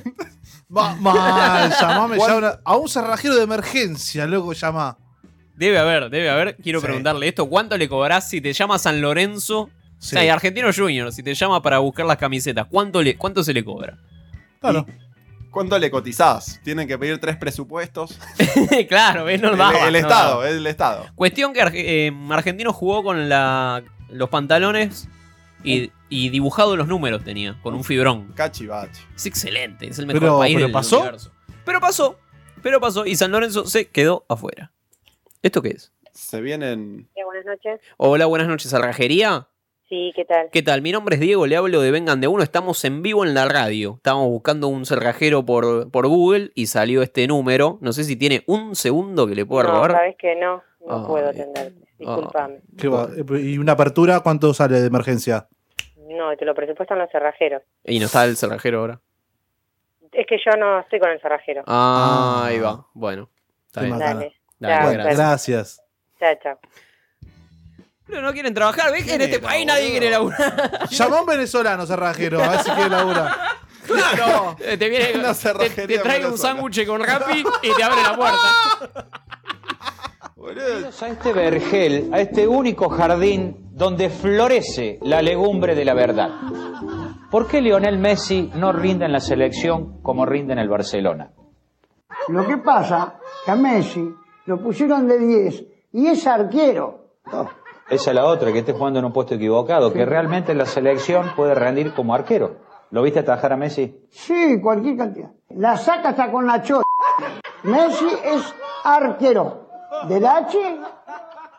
Speaker 3: Ma- mal, llamame ya
Speaker 4: ¿Cuál?
Speaker 3: a una- a un cerrajero de emergencia, loco, llamá.
Speaker 2: Debe haber, debe haber. Quiero
Speaker 3: Sí.
Speaker 2: preguntarle esto: ¿cuánto le cobrás si te llama San Lorenzo?
Speaker 3: Sí.
Speaker 2: O sea, y Argentino Junior, si te llama para buscar las camisetas, ¿cuánto, le, cuánto se le cobra? (laughs)
Speaker 3: Claro.
Speaker 4: ¿Cuánto le cotizás? Tienen que pedir tres presupuestos.
Speaker 2: claro, ¿ves? (laughs) No
Speaker 4: El,
Speaker 2: daba,
Speaker 4: el
Speaker 2: no
Speaker 4: Estado,
Speaker 3: eh.
Speaker 2: daba.
Speaker 4: el Estado.
Speaker 2: Cuestión que Arge- eh, Argentino jugó con la, los pantalones y, y dibujado los números tenía, con un fibrón.
Speaker 4: Cachivache.
Speaker 2: Es excelente, es el mejor
Speaker 3: Pero-
Speaker 2: país
Speaker 3: pero
Speaker 2: del
Speaker 3: pasó.
Speaker 2: universo. Pero pasó, pero pasó y San Lorenzo se quedó afuera. ¿Esto qué es?
Speaker 4: Se vienen.
Speaker 7: buenas noches.
Speaker 2: Hola, buenas noches, Alrajería.
Speaker 7: Sí, ¿qué tal?
Speaker 2: ¿Qué tal? Mi nombre es Diego, le hablo de Vengan de Uno. Estamos en vivo en la radio. Estábamos buscando un cerrajero por, por Google y salió este número. No sé si tiene un segundo que le pueda
Speaker 7: no,
Speaker 2: robar.
Speaker 7: sabes que no, no
Speaker 2: Ay.
Speaker 7: puedo atenderte. Disculpame.
Speaker 3: ¿Qué va? Eh, ¿Y una apertura cuánto sale de emergencia?
Speaker 7: No, te lo presupuestan los cerrajeros.
Speaker 2: Y no está el cerrajero ahora.
Speaker 7: Es que yo no estoy con el cerrajero.
Speaker 2: Ah,
Speaker 3: Ah.
Speaker 2: ahí va. Bueno. Está
Speaker 3: Qué
Speaker 2: bien.
Speaker 3: mal.
Speaker 7: Dale.
Speaker 2: Dale,
Speaker 7: Chao,
Speaker 3: Bueno,
Speaker 2: Ah, gracias.
Speaker 3: gracias.
Speaker 7: Chao, chao.
Speaker 2: No, no quieren trabajar, ¿ves? En
Speaker 4: ¿Quién
Speaker 2: este
Speaker 4: era,
Speaker 2: país nadie
Speaker 4: boludo?
Speaker 2: quiere laburar.
Speaker 3: Llamá a un venezolano cerrajero, a ver si quiere laburar.
Speaker 4: (laughs) ¡Claro!
Speaker 2: Eh, Te, viene,
Speaker 4: (laughs) Una
Speaker 2: te,
Speaker 4: cerrajería
Speaker 2: te
Speaker 4: en
Speaker 2: trae un
Speaker 4: Venezuela.
Speaker 2: sándwich con Rappi y te abre la
Speaker 4: (laughs)
Speaker 2: puerta.
Speaker 4: Boludo,
Speaker 8: a este vergel, a este único jardín donde florece la legumbre de la verdad. ¿Por qué Lionel Messi no rinde en la selección como rinde en el Barcelona?
Speaker 9: Lo que pasa que a Messi lo pusieron de 10 y es arquero.
Speaker 8: Esa es la otra, que esté jugando en un puesto equivocado, que realmente en la selección puede rendir como arquero. ¿Lo viste atajar a Messi?
Speaker 9: Sí, cualquier cantidad. La saca hasta con la chota. Messi es arquero. Del H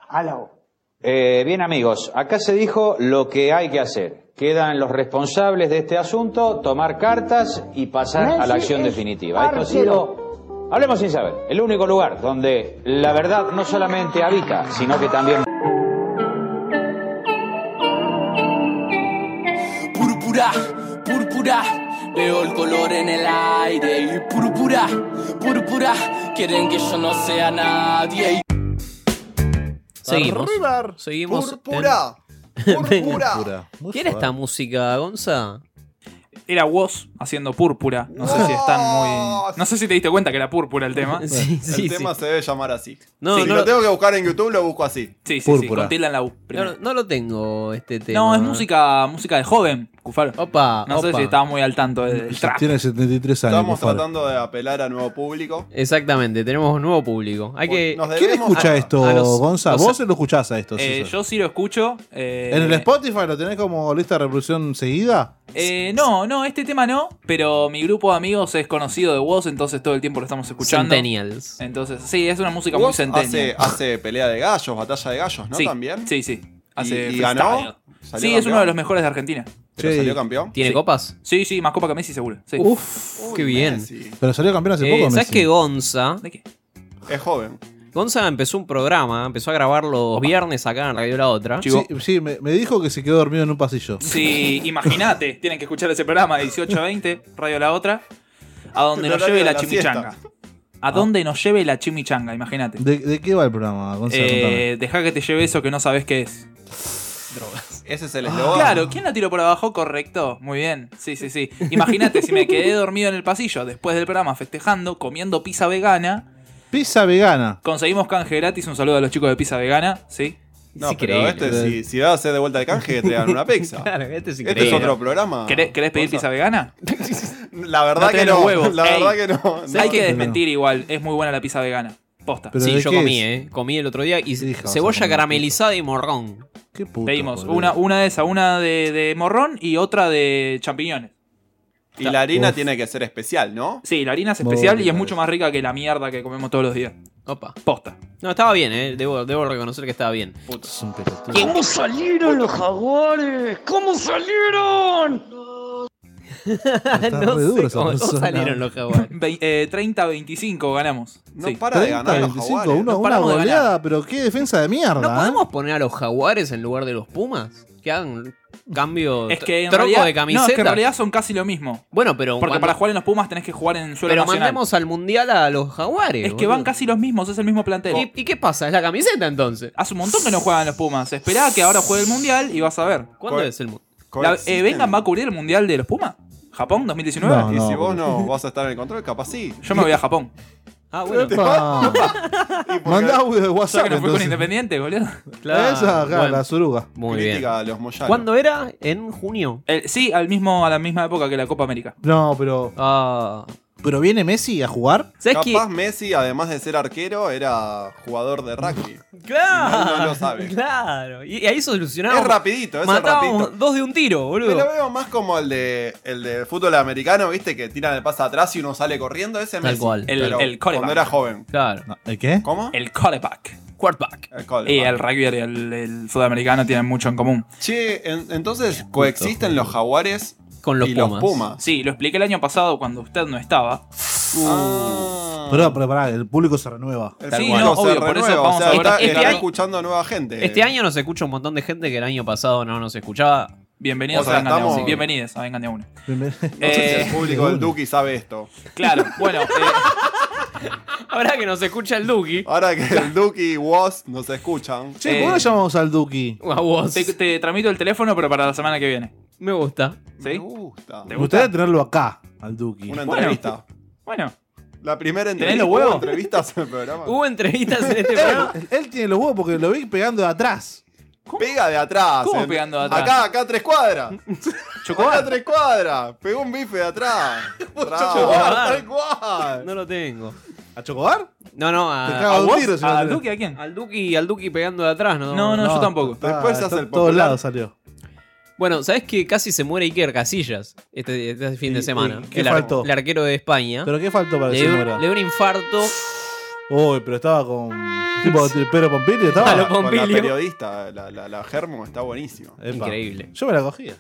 Speaker 9: a la O.
Speaker 8: Eh, bien amigos, acá se dijo lo que hay que hacer. Quedan los responsables de este asunto, tomar cartas y pasar a la
Speaker 9: Messi
Speaker 8: acción
Speaker 9: es
Speaker 8: definitiva. Esto ha
Speaker 9: arquero.
Speaker 8: sido, hablemos sin saber, el único lugar donde la verdad no solamente habita, sino que también...
Speaker 10: Púrpura, púrpura, veo el color en el aire y púrpura, púrpura, quieren que yo no sea nadie.
Speaker 2: Seguimos.
Speaker 3: River.
Speaker 2: Seguimos.
Speaker 4: ¡Púrpura!
Speaker 2: (laughs)
Speaker 4: ¡Púrpura!
Speaker 3: Pura. Muy
Speaker 2: ¿Quién
Speaker 3: fuerte.
Speaker 2: esta música, Gonza?
Speaker 6: Era Woz haciendo púrpura. No sé si están muy. No sé si te diste cuenta que era púrpura el tema.
Speaker 2: (laughs)
Speaker 6: Sí,
Speaker 2: Sí,
Speaker 4: El
Speaker 2: sí, sí.
Speaker 4: tema se debe llamar así.
Speaker 2: No,
Speaker 4: si
Speaker 2: no
Speaker 4: lo
Speaker 2: lo-
Speaker 4: tengo que buscar en YouTube, lo busco así.
Speaker 6: sí, sí,
Speaker 3: Púrpura.
Speaker 6: con tilda en la U.
Speaker 2: No,
Speaker 6: primero.
Speaker 2: no lo tengo este tema.
Speaker 6: No, es música, música de joven, Cufaro.
Speaker 2: Opa,
Speaker 6: No sé
Speaker 2: opa.
Speaker 6: si estaba muy al tanto del trap.
Speaker 3: Tiene 73 años.
Speaker 4: Estamos
Speaker 3: por favor.
Speaker 4: tratando de apelar a nuevo público.
Speaker 2: Exactamente, tenemos un nuevo público. Hay que.
Speaker 4: Nos
Speaker 3: ¿Quién
Speaker 4: debemos-
Speaker 3: escucha
Speaker 4: Ah,
Speaker 3: esto,
Speaker 2: a los-
Speaker 3: Gonza?
Speaker 2: los-
Speaker 3: ¿Vos se lo escuchás a esto?
Speaker 6: Eh,
Speaker 3: César?
Speaker 6: yo sí lo escucho. eh,
Speaker 3: ¿En el Spotify lo tenés como lista de reproducción seguida?
Speaker 6: Eh, no, no, este tema no, pero mi grupo de amigos es conocido de Woz, entonces todo el tiempo lo estamos escuchando.
Speaker 2: Centennials.
Speaker 6: Entonces, sí, es una música muy
Speaker 4: Vos hace,
Speaker 6: centennial.
Speaker 4: hace pelea de gallos, batalla de gallos, ¿no?
Speaker 6: sí,
Speaker 4: También.
Speaker 6: Sí, sí. Hace
Speaker 4: ¿Y- y
Speaker 6: freestyle.
Speaker 4: ganó?
Speaker 6: Sí,
Speaker 4: ¿Salió
Speaker 6: es uno
Speaker 4: campeón?
Speaker 6: de los mejores de Argentina.
Speaker 4: ¿Pero
Speaker 3: Sí.
Speaker 4: salió campeón?
Speaker 2: ¿Tiene
Speaker 6: Sí.
Speaker 2: copas?
Speaker 6: Sí, sí, más copa que Messi seguro. Sí.
Speaker 2: Uf,
Speaker 4: Uy,
Speaker 2: qué bien.
Speaker 4: Messi.
Speaker 3: Pero salió campeón hace
Speaker 2: Eh,
Speaker 3: poco.
Speaker 2: ¿Sabes
Speaker 3: Messi.
Speaker 2: que Gonza?
Speaker 6: ¿De qué?
Speaker 4: Es joven.
Speaker 2: Gonza empezó un programa, empezó a grabar los viernes acá en Radio La Otra.
Speaker 6: Chivo.
Speaker 3: Sí, sí, me, me dijo que se quedó dormido en un pasillo.
Speaker 6: Sí, imagínate, tienen que escuchar ese programa de 18 a 20, Radio La Otra, a donde
Speaker 4: El
Speaker 6: nos
Speaker 4: horario
Speaker 6: lleve
Speaker 4: de
Speaker 6: la
Speaker 4: la
Speaker 6: chimichanga. A donde nos lleve la chimichanga, imagínate.
Speaker 3: ¿De, de qué va el programa, Gonzalo? Contame.
Speaker 6: Eh, deja que te lleve eso que no sabes qué es.
Speaker 4: Ese es el eslogan.
Speaker 6: Ah, Claro, ¿quién la tiró por abajo? Correcto, muy bien. Sí, sí, sí. Imagínate si me quedé dormido en el pasillo después del programa festejando, comiendo pizza vegana.
Speaker 3: Pizza vegana.
Speaker 6: Conseguimos canje gratis, un saludo a los chicos de pizza vegana, ¿sí?
Speaker 4: No,
Speaker 2: Es
Speaker 4: pero
Speaker 2: increíble.
Speaker 4: este, si, si vas a hacer de vuelta al canje, te dan una
Speaker 6: (laughs)
Speaker 4: pizza.
Speaker 2: (laughs) Claro, este es
Speaker 4: Este es
Speaker 2: increíble.
Speaker 4: otro programa.
Speaker 6: ¿Querés, querés pedir pizza vegana?
Speaker 4: (laughs) La
Speaker 6: No
Speaker 4: verdad que
Speaker 6: tenés
Speaker 4: no.
Speaker 6: los huevos.
Speaker 4: La
Speaker 6: Ey.
Speaker 4: verdad que no.
Speaker 6: Hay
Speaker 4: No.
Speaker 6: que
Speaker 3: no.
Speaker 6: desmentir igual, es muy buena la pizza vegana. Posta.
Speaker 3: Pero
Speaker 2: Sí,
Speaker 3: ¿de
Speaker 2: yo
Speaker 3: qué
Speaker 2: comí,
Speaker 3: es?
Speaker 2: ¿eh? Comí el otro día y
Speaker 3: Hija, vas a
Speaker 2: cebolla
Speaker 3: comer.
Speaker 2: caramelizada y morrón.
Speaker 3: Qué puto,
Speaker 6: Pedimos
Speaker 3: boludo.
Speaker 6: una, una de esa, una de, de morrón y otra de champiñones.
Speaker 4: Y la harina
Speaker 6: Uf.
Speaker 4: tiene que ser especial, ¿no?
Speaker 6: Sí, la harina es
Speaker 4: Muy
Speaker 6: especial y es
Speaker 4: rica
Speaker 6: mucho más rica que la mierda que comemos todos los días.
Speaker 2: Opa.
Speaker 6: Posta.
Speaker 2: No, estaba bien, eh. Debo, debo reconocer que estaba bien.
Speaker 11: ¿Cómo salieron los jaguares? ¿Cómo salieron?
Speaker 2: (laughs) no sé cómo salieron los jaguares.
Speaker 6: 30-25 eh, ganamos.
Speaker 2: No
Speaker 3: para de 30, ganar los 25, jaguares. una-
Speaker 6: No
Speaker 3: una
Speaker 6: paramos de ganar.
Speaker 3: goleada, pero qué defensa de mierda. ¿eh?
Speaker 2: ¿No podemos poner a los jaguares en lugar de los pumas? Que hagan cambio,
Speaker 6: Es que en
Speaker 2: troco
Speaker 6: realidad-
Speaker 2: de
Speaker 6: No,
Speaker 2: camiseta.
Speaker 6: es que en realidad son casi lo mismo.
Speaker 2: Bueno, pero
Speaker 6: Porque
Speaker 2: cuando-
Speaker 6: para jugar en los Pumas tenés que jugar en suelo
Speaker 2: pero
Speaker 6: nacional.
Speaker 2: mandemos al mundial a los jaguares.
Speaker 6: Es que van
Speaker 2: boludo.
Speaker 6: casi los mismos, es el mismo plantel.
Speaker 2: ¿Y, y qué pasa? ¿Es la camiseta entonces?
Speaker 6: Hace un montón que no juegan los Pumas. Esperá que ahora juegue el Mundial y vas a ver.
Speaker 2: ¿Cuándo
Speaker 4: Pues,
Speaker 2: es el Mundial?
Speaker 6: La- eh, ¿Vengan va a cubrir el Mundial de los Pumas? ¿Japón 2019?
Speaker 4: y si vos no vas a estar en el control, capaz sí.
Speaker 6: Yo me voy
Speaker 4: (laughs)
Speaker 6: a Japón.
Speaker 2: Ah,
Speaker 6: bueno.
Speaker 3: Epa. Mandá audio de WhatsApp.
Speaker 6: que no fui con
Speaker 3: entonces.
Speaker 6: Independiente, boludo.
Speaker 3: Esa, acá,
Speaker 6: bueno.
Speaker 3: la suruga.
Speaker 2: Muy
Speaker 4: Crítica a los Moyano.
Speaker 2: ¿Cuándo era? ¿En junio?
Speaker 6: Eh, sí, al mismo, a la misma época que la Copa América.
Speaker 3: No, pero.
Speaker 2: Ah,
Speaker 3: ¿Pero viene Messi a jugar?
Speaker 4: Capaz Messi, además de ser arquero, era jugador de rugby.
Speaker 2: (laughs) Claro.
Speaker 4: No, no lo sabe.
Speaker 2: Claro. Y, y ahí solucionamos.
Speaker 4: Es rapidito, eso es
Speaker 2: Matábamos
Speaker 4: rapidito.
Speaker 2: dos de un tiro,
Speaker 4: Me
Speaker 2: boludo.
Speaker 4: lo veo más como el de el de fútbol americano, ¿viste? Que tiran el pase atrás y uno sale corriendo. Ese
Speaker 2: Tal
Speaker 4: Messi.
Speaker 2: cual.
Speaker 6: El-
Speaker 4: Pero
Speaker 6: el quarterback.
Speaker 4: Cuando era joven.
Speaker 2: Claro.
Speaker 3: ¿El qué?
Speaker 4: ¿Cómo?
Speaker 6: El callback.
Speaker 2: Quarterback.
Speaker 4: El quarterback.
Speaker 6: Y el rugby y el, el sudamericano tienen mucho en común.
Speaker 4: Che, en- entonces coexisten los jaguares
Speaker 2: con
Speaker 4: y los pumas.
Speaker 6: Sí, lo expliqué el año pasado cuando usted no estaba.
Speaker 3: Pero, pero pará, el público se renueva.
Speaker 4: Ah. El
Speaker 6: Sí,
Speaker 4: fútbol
Speaker 6: no,
Speaker 4: se
Speaker 6: obvio, por eso
Speaker 4: renueva, o
Speaker 6: vamos
Speaker 4: sea,
Speaker 6: a ver.
Speaker 4: está,
Speaker 6: Este
Speaker 4: estará
Speaker 6: año-
Speaker 4: escuchando nueva gente.
Speaker 2: Este año nos escucha un montón de gente que el año pasado no nos escuchaba.
Speaker 6: Bienvenidos
Speaker 4: O sea,
Speaker 6: a Vengan de a
Speaker 4: estamos-
Speaker 6: Uno. Bienvenidos a Vengan de
Speaker 4: (laughs)
Speaker 6: a Uno.
Speaker 4: No sé si
Speaker 6: Eh,
Speaker 4: el público del Duki sabe esto.
Speaker 6: Claro, bueno. eh,
Speaker 2: Ahora que nos escucha el Duki.
Speaker 4: Ahora que
Speaker 6: (laughs)
Speaker 4: el Duki y Woz nos escuchan.
Speaker 3: Che,
Speaker 6: Eh.
Speaker 3: ¿por qué no llamamos al Duki?
Speaker 6: Te, te tramito el teléfono, pero para la semana que viene.
Speaker 2: Me gusta.
Speaker 6: ¿Sí? Me
Speaker 4: gusta.
Speaker 3: Me gustaría tenerlo acá, al Duki.
Speaker 4: Una entrevista.
Speaker 6: Bueno.
Speaker 4: La primera
Speaker 3: ¿Tenés
Speaker 4: entrevista.
Speaker 3: los
Speaker 4: ¿Hubo
Speaker 3: huevos?
Speaker 4: entrevistas en el programa?
Speaker 2: Hubo entrevistas en
Speaker 3: (laughs)
Speaker 2: este
Speaker 3: él,
Speaker 2: programa.
Speaker 3: él tiene los huevos porque lo vi pegando de atrás.
Speaker 4: Pega de atrás.
Speaker 3: ¿Cómo
Speaker 4: en-
Speaker 3: pegando de atrás?
Speaker 4: Acá, acá a tres cuadras.
Speaker 6: Chocó.
Speaker 4: Acá a tres cuadras. Pegó un bife de atrás. Tra- tal cual.
Speaker 2: No lo tengo.
Speaker 3: ¿A Chocobar?
Speaker 2: No, no, a,
Speaker 3: Te cago
Speaker 2: a
Speaker 3: Ah, un
Speaker 2: vos,
Speaker 3: tiro si no
Speaker 2: a
Speaker 3: tenés.
Speaker 2: Duki,
Speaker 6: ¿a quién?
Speaker 2: Al Duki, al Duki pegando de atrás, ¿no?
Speaker 6: No, no, yo tampoco.
Speaker 3: está-
Speaker 6: Después se hace
Speaker 3: está
Speaker 6: el
Speaker 3: en todos
Speaker 6: popular.
Speaker 3: lados salió.
Speaker 2: Bueno, ¿sabes que casi se muere Iker Casillas este, este fin de semana?
Speaker 3: y qué
Speaker 2: el, ar-
Speaker 3: faltó?
Speaker 2: el arquero de España.
Speaker 3: ¿Pero qué faltó para
Speaker 2: le,
Speaker 3: que se
Speaker 2: dio-
Speaker 3: muera?
Speaker 2: le dio un infarto.
Speaker 3: Uy, pero estaba con.
Speaker 2: (laughs)
Speaker 3: Tipo, pero Pompilio estaba.
Speaker 4: Con la- Con la periodista, la, la, la Germo, está buenísima.
Speaker 3: Epa.
Speaker 2: Increíble.
Speaker 3: Yo me la cogía.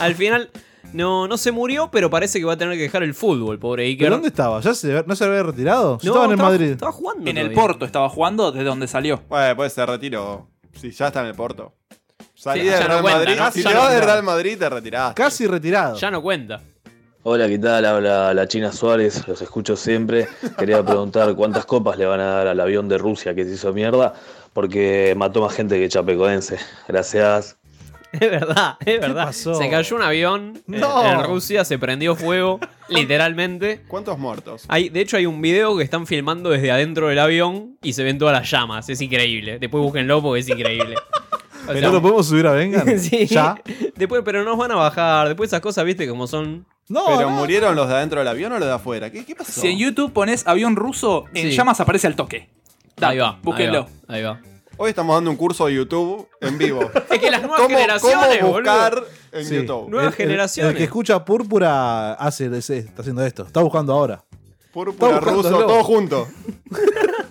Speaker 2: Al final, no, no se murió, pero parece que va a tener que dejar el fútbol, pobre Iker.
Speaker 3: ¿Pero dónde estaba? ¿Ya se, ¿No se había retirado? Si
Speaker 2: No,
Speaker 3: estaban en
Speaker 2: estaba-
Speaker 3: Madrid.
Speaker 2: estaba jugando
Speaker 6: En el
Speaker 2: todavía.
Speaker 6: Porto estaba jugando desde donde salió.
Speaker 4: Bueno, pues se retiró. Si ya está en el Porto. Salí
Speaker 6: Sí,
Speaker 4: del
Speaker 6: ya no
Speaker 4: Real
Speaker 6: cuenta,
Speaker 4: Madrid.
Speaker 6: ¿no?
Speaker 4: Si
Speaker 6: Ya
Speaker 4: te
Speaker 6: no
Speaker 4: vas del
Speaker 6: cuenta.
Speaker 4: Real Madrid, te retirás.
Speaker 3: Casi retirado.
Speaker 2: Ya no cuenta.
Speaker 12: Hola, ¿qué tal? Habla la China Suárez, los escucho siempre. Quería preguntar cuántas copas le van a dar al avión de Rusia que se hizo mierda porque mató más gente que Chapecoense. Gracias.
Speaker 2: Es verdad, es verdad. Se cayó un avión eh,
Speaker 4: No.
Speaker 2: en Rusia, se prendió
Speaker 3: (laughs)
Speaker 2: fuego, literalmente.
Speaker 4: ¿Cuántos muertos?
Speaker 2: Hay, de hecho, hay un video que están filmando desde adentro del avión y se ven todas las llamas. Es increíble. Después búsquenlo porque es
Speaker 3: (laughs)
Speaker 2: increíble. O sea, (laughs)
Speaker 3: ¿No lo podemos subir a Vengan?
Speaker 2: sí.
Speaker 3: ¿Ya?
Speaker 2: Después, pero nos van a bajar. Después esas cosas, viste, como son.
Speaker 3: No,
Speaker 4: ¿Pero murieron los de adentro del avión o los de afuera? ¿Qué, qué pasó?
Speaker 6: Si en YouTube pones avión ruso, en
Speaker 4: Sí.
Speaker 6: llamas aparece al toque.
Speaker 2: Ahí va.
Speaker 6: Búsquenlo.
Speaker 2: Ahí va.
Speaker 4: Hoy estamos dando un curso de YouTube en vivo.
Speaker 2: Es que las nuevas
Speaker 4: ¿Cómo-
Speaker 2: generaciones,
Speaker 4: cómo buscar
Speaker 2: boludo.
Speaker 4: en
Speaker 3: Sí.
Speaker 4: YouTube?
Speaker 2: Nuevas
Speaker 3: El- el-
Speaker 2: generaciones.
Speaker 3: El, que escucha Púrpura hace, ese- está haciendo esto. Está buscando ahora.
Speaker 4: Púrpura
Speaker 3: Está
Speaker 4: ruso,
Speaker 3: buscándolo.
Speaker 4: todo (laughs) junto.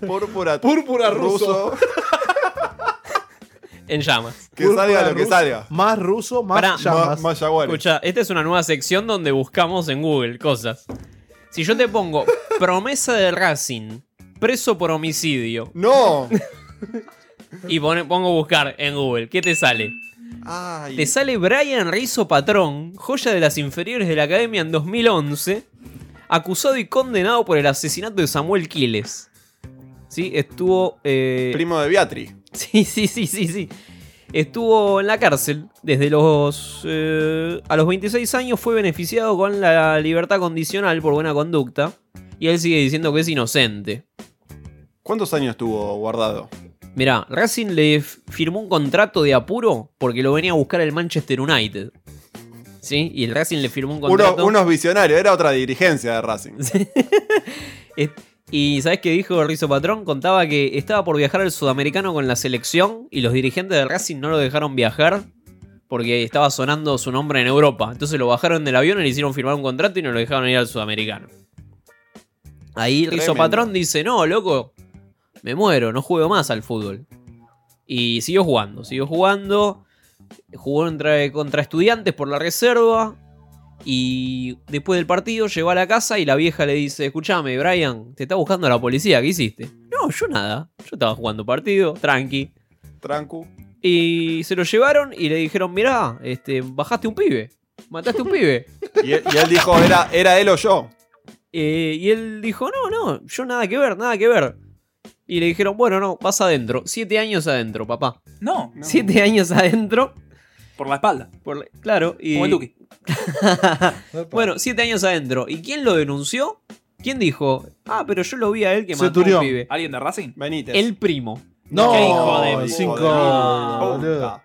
Speaker 4: Púrpura,
Speaker 3: Púrpura
Speaker 4: ruso.
Speaker 2: En llamas.
Speaker 4: Que salga lo que salga.
Speaker 3: Más ruso, más
Speaker 2: Pará.
Speaker 3: llamas.
Speaker 2: Escucha, esta es una nueva sección donde buscamos en Google cosas. Si yo te pongo promesa de Racing, preso por homicidio. (laughs)
Speaker 4: ¡No!
Speaker 2: Y pone- pongo buscar en Google, ¿qué te sale?
Speaker 4: Ay.
Speaker 2: Te sale Brian Rizzo Patrón, joya de las inferiores de la academia en 2011, acusado y condenado por el asesinato de Samuel Quiles. Sí, estuvo. eh,
Speaker 4: Primo de Beatriz.
Speaker 2: (laughs) Sí, sí, sí, sí, sí. Estuvo en la cárcel desde los. eh, a los 26 años fue beneficiado con la libertad condicional por buena conducta. Y él sigue diciendo que es inocente.
Speaker 4: ¿Cuántos años estuvo guardado?
Speaker 2: Mirá, Racing le f- firmó un contrato de apuro porque lo venía a buscar el Manchester United. ¿Sí? Y el Racing le firmó un
Speaker 4: Uno-
Speaker 2: contrato.
Speaker 4: unos visionarios, era otra dirigencia de Racing.
Speaker 2: Eh, Y ¿sabés qué dijo Rizo Patrón? Contaba que estaba por viajar el sudamericano con la selección y los dirigentes de Racing no lo dejaron viajar porque estaba sonando su nombre en Europa. Entonces lo bajaron del avión y le hicieron firmar un contrato y no lo dejaron ir al sudamericano. Ahí Rizo
Speaker 6: Tremendo.
Speaker 2: Patrón dice, no, loco, me muero, no juego más al fútbol. Y siguió jugando, siguió jugando. Jugó contra, contra estudiantes por la reserva. Y después del partido llegó a la casa y la vieja le dice, escúchame, Brian, te está buscando la policía, ¿qué hiciste? No, yo nada, yo estaba jugando partido, tranqui.
Speaker 4: Trancu.
Speaker 2: Y se lo llevaron y le dijeron, mirá, este, bajaste un pibe, mataste un
Speaker 6: (laughs)
Speaker 2: pibe.
Speaker 4: Y él, y él dijo, era, era él o yo.
Speaker 2: Eh, y él dijo, no, no, yo nada que ver, nada que ver. Y le dijeron, bueno, no, vas adentro. Siete años adentro, papá.
Speaker 6: No.
Speaker 2: Siete años adentro.
Speaker 6: Por la espalda.
Speaker 2: claro. Y...
Speaker 6: Como el Duque.
Speaker 2: bueno, siete años adentro. ¿Y quién lo denunció? ¿Quién dijo? Ah, pero yo lo vi a él que mató a
Speaker 3: Centurión.
Speaker 2: un pibe.
Speaker 6: ¿Alguien de Racing?
Speaker 4: Benítez.
Speaker 2: El primo.
Speaker 3: No,
Speaker 2: Qué hijo de puta.
Speaker 3: cinco. boludo.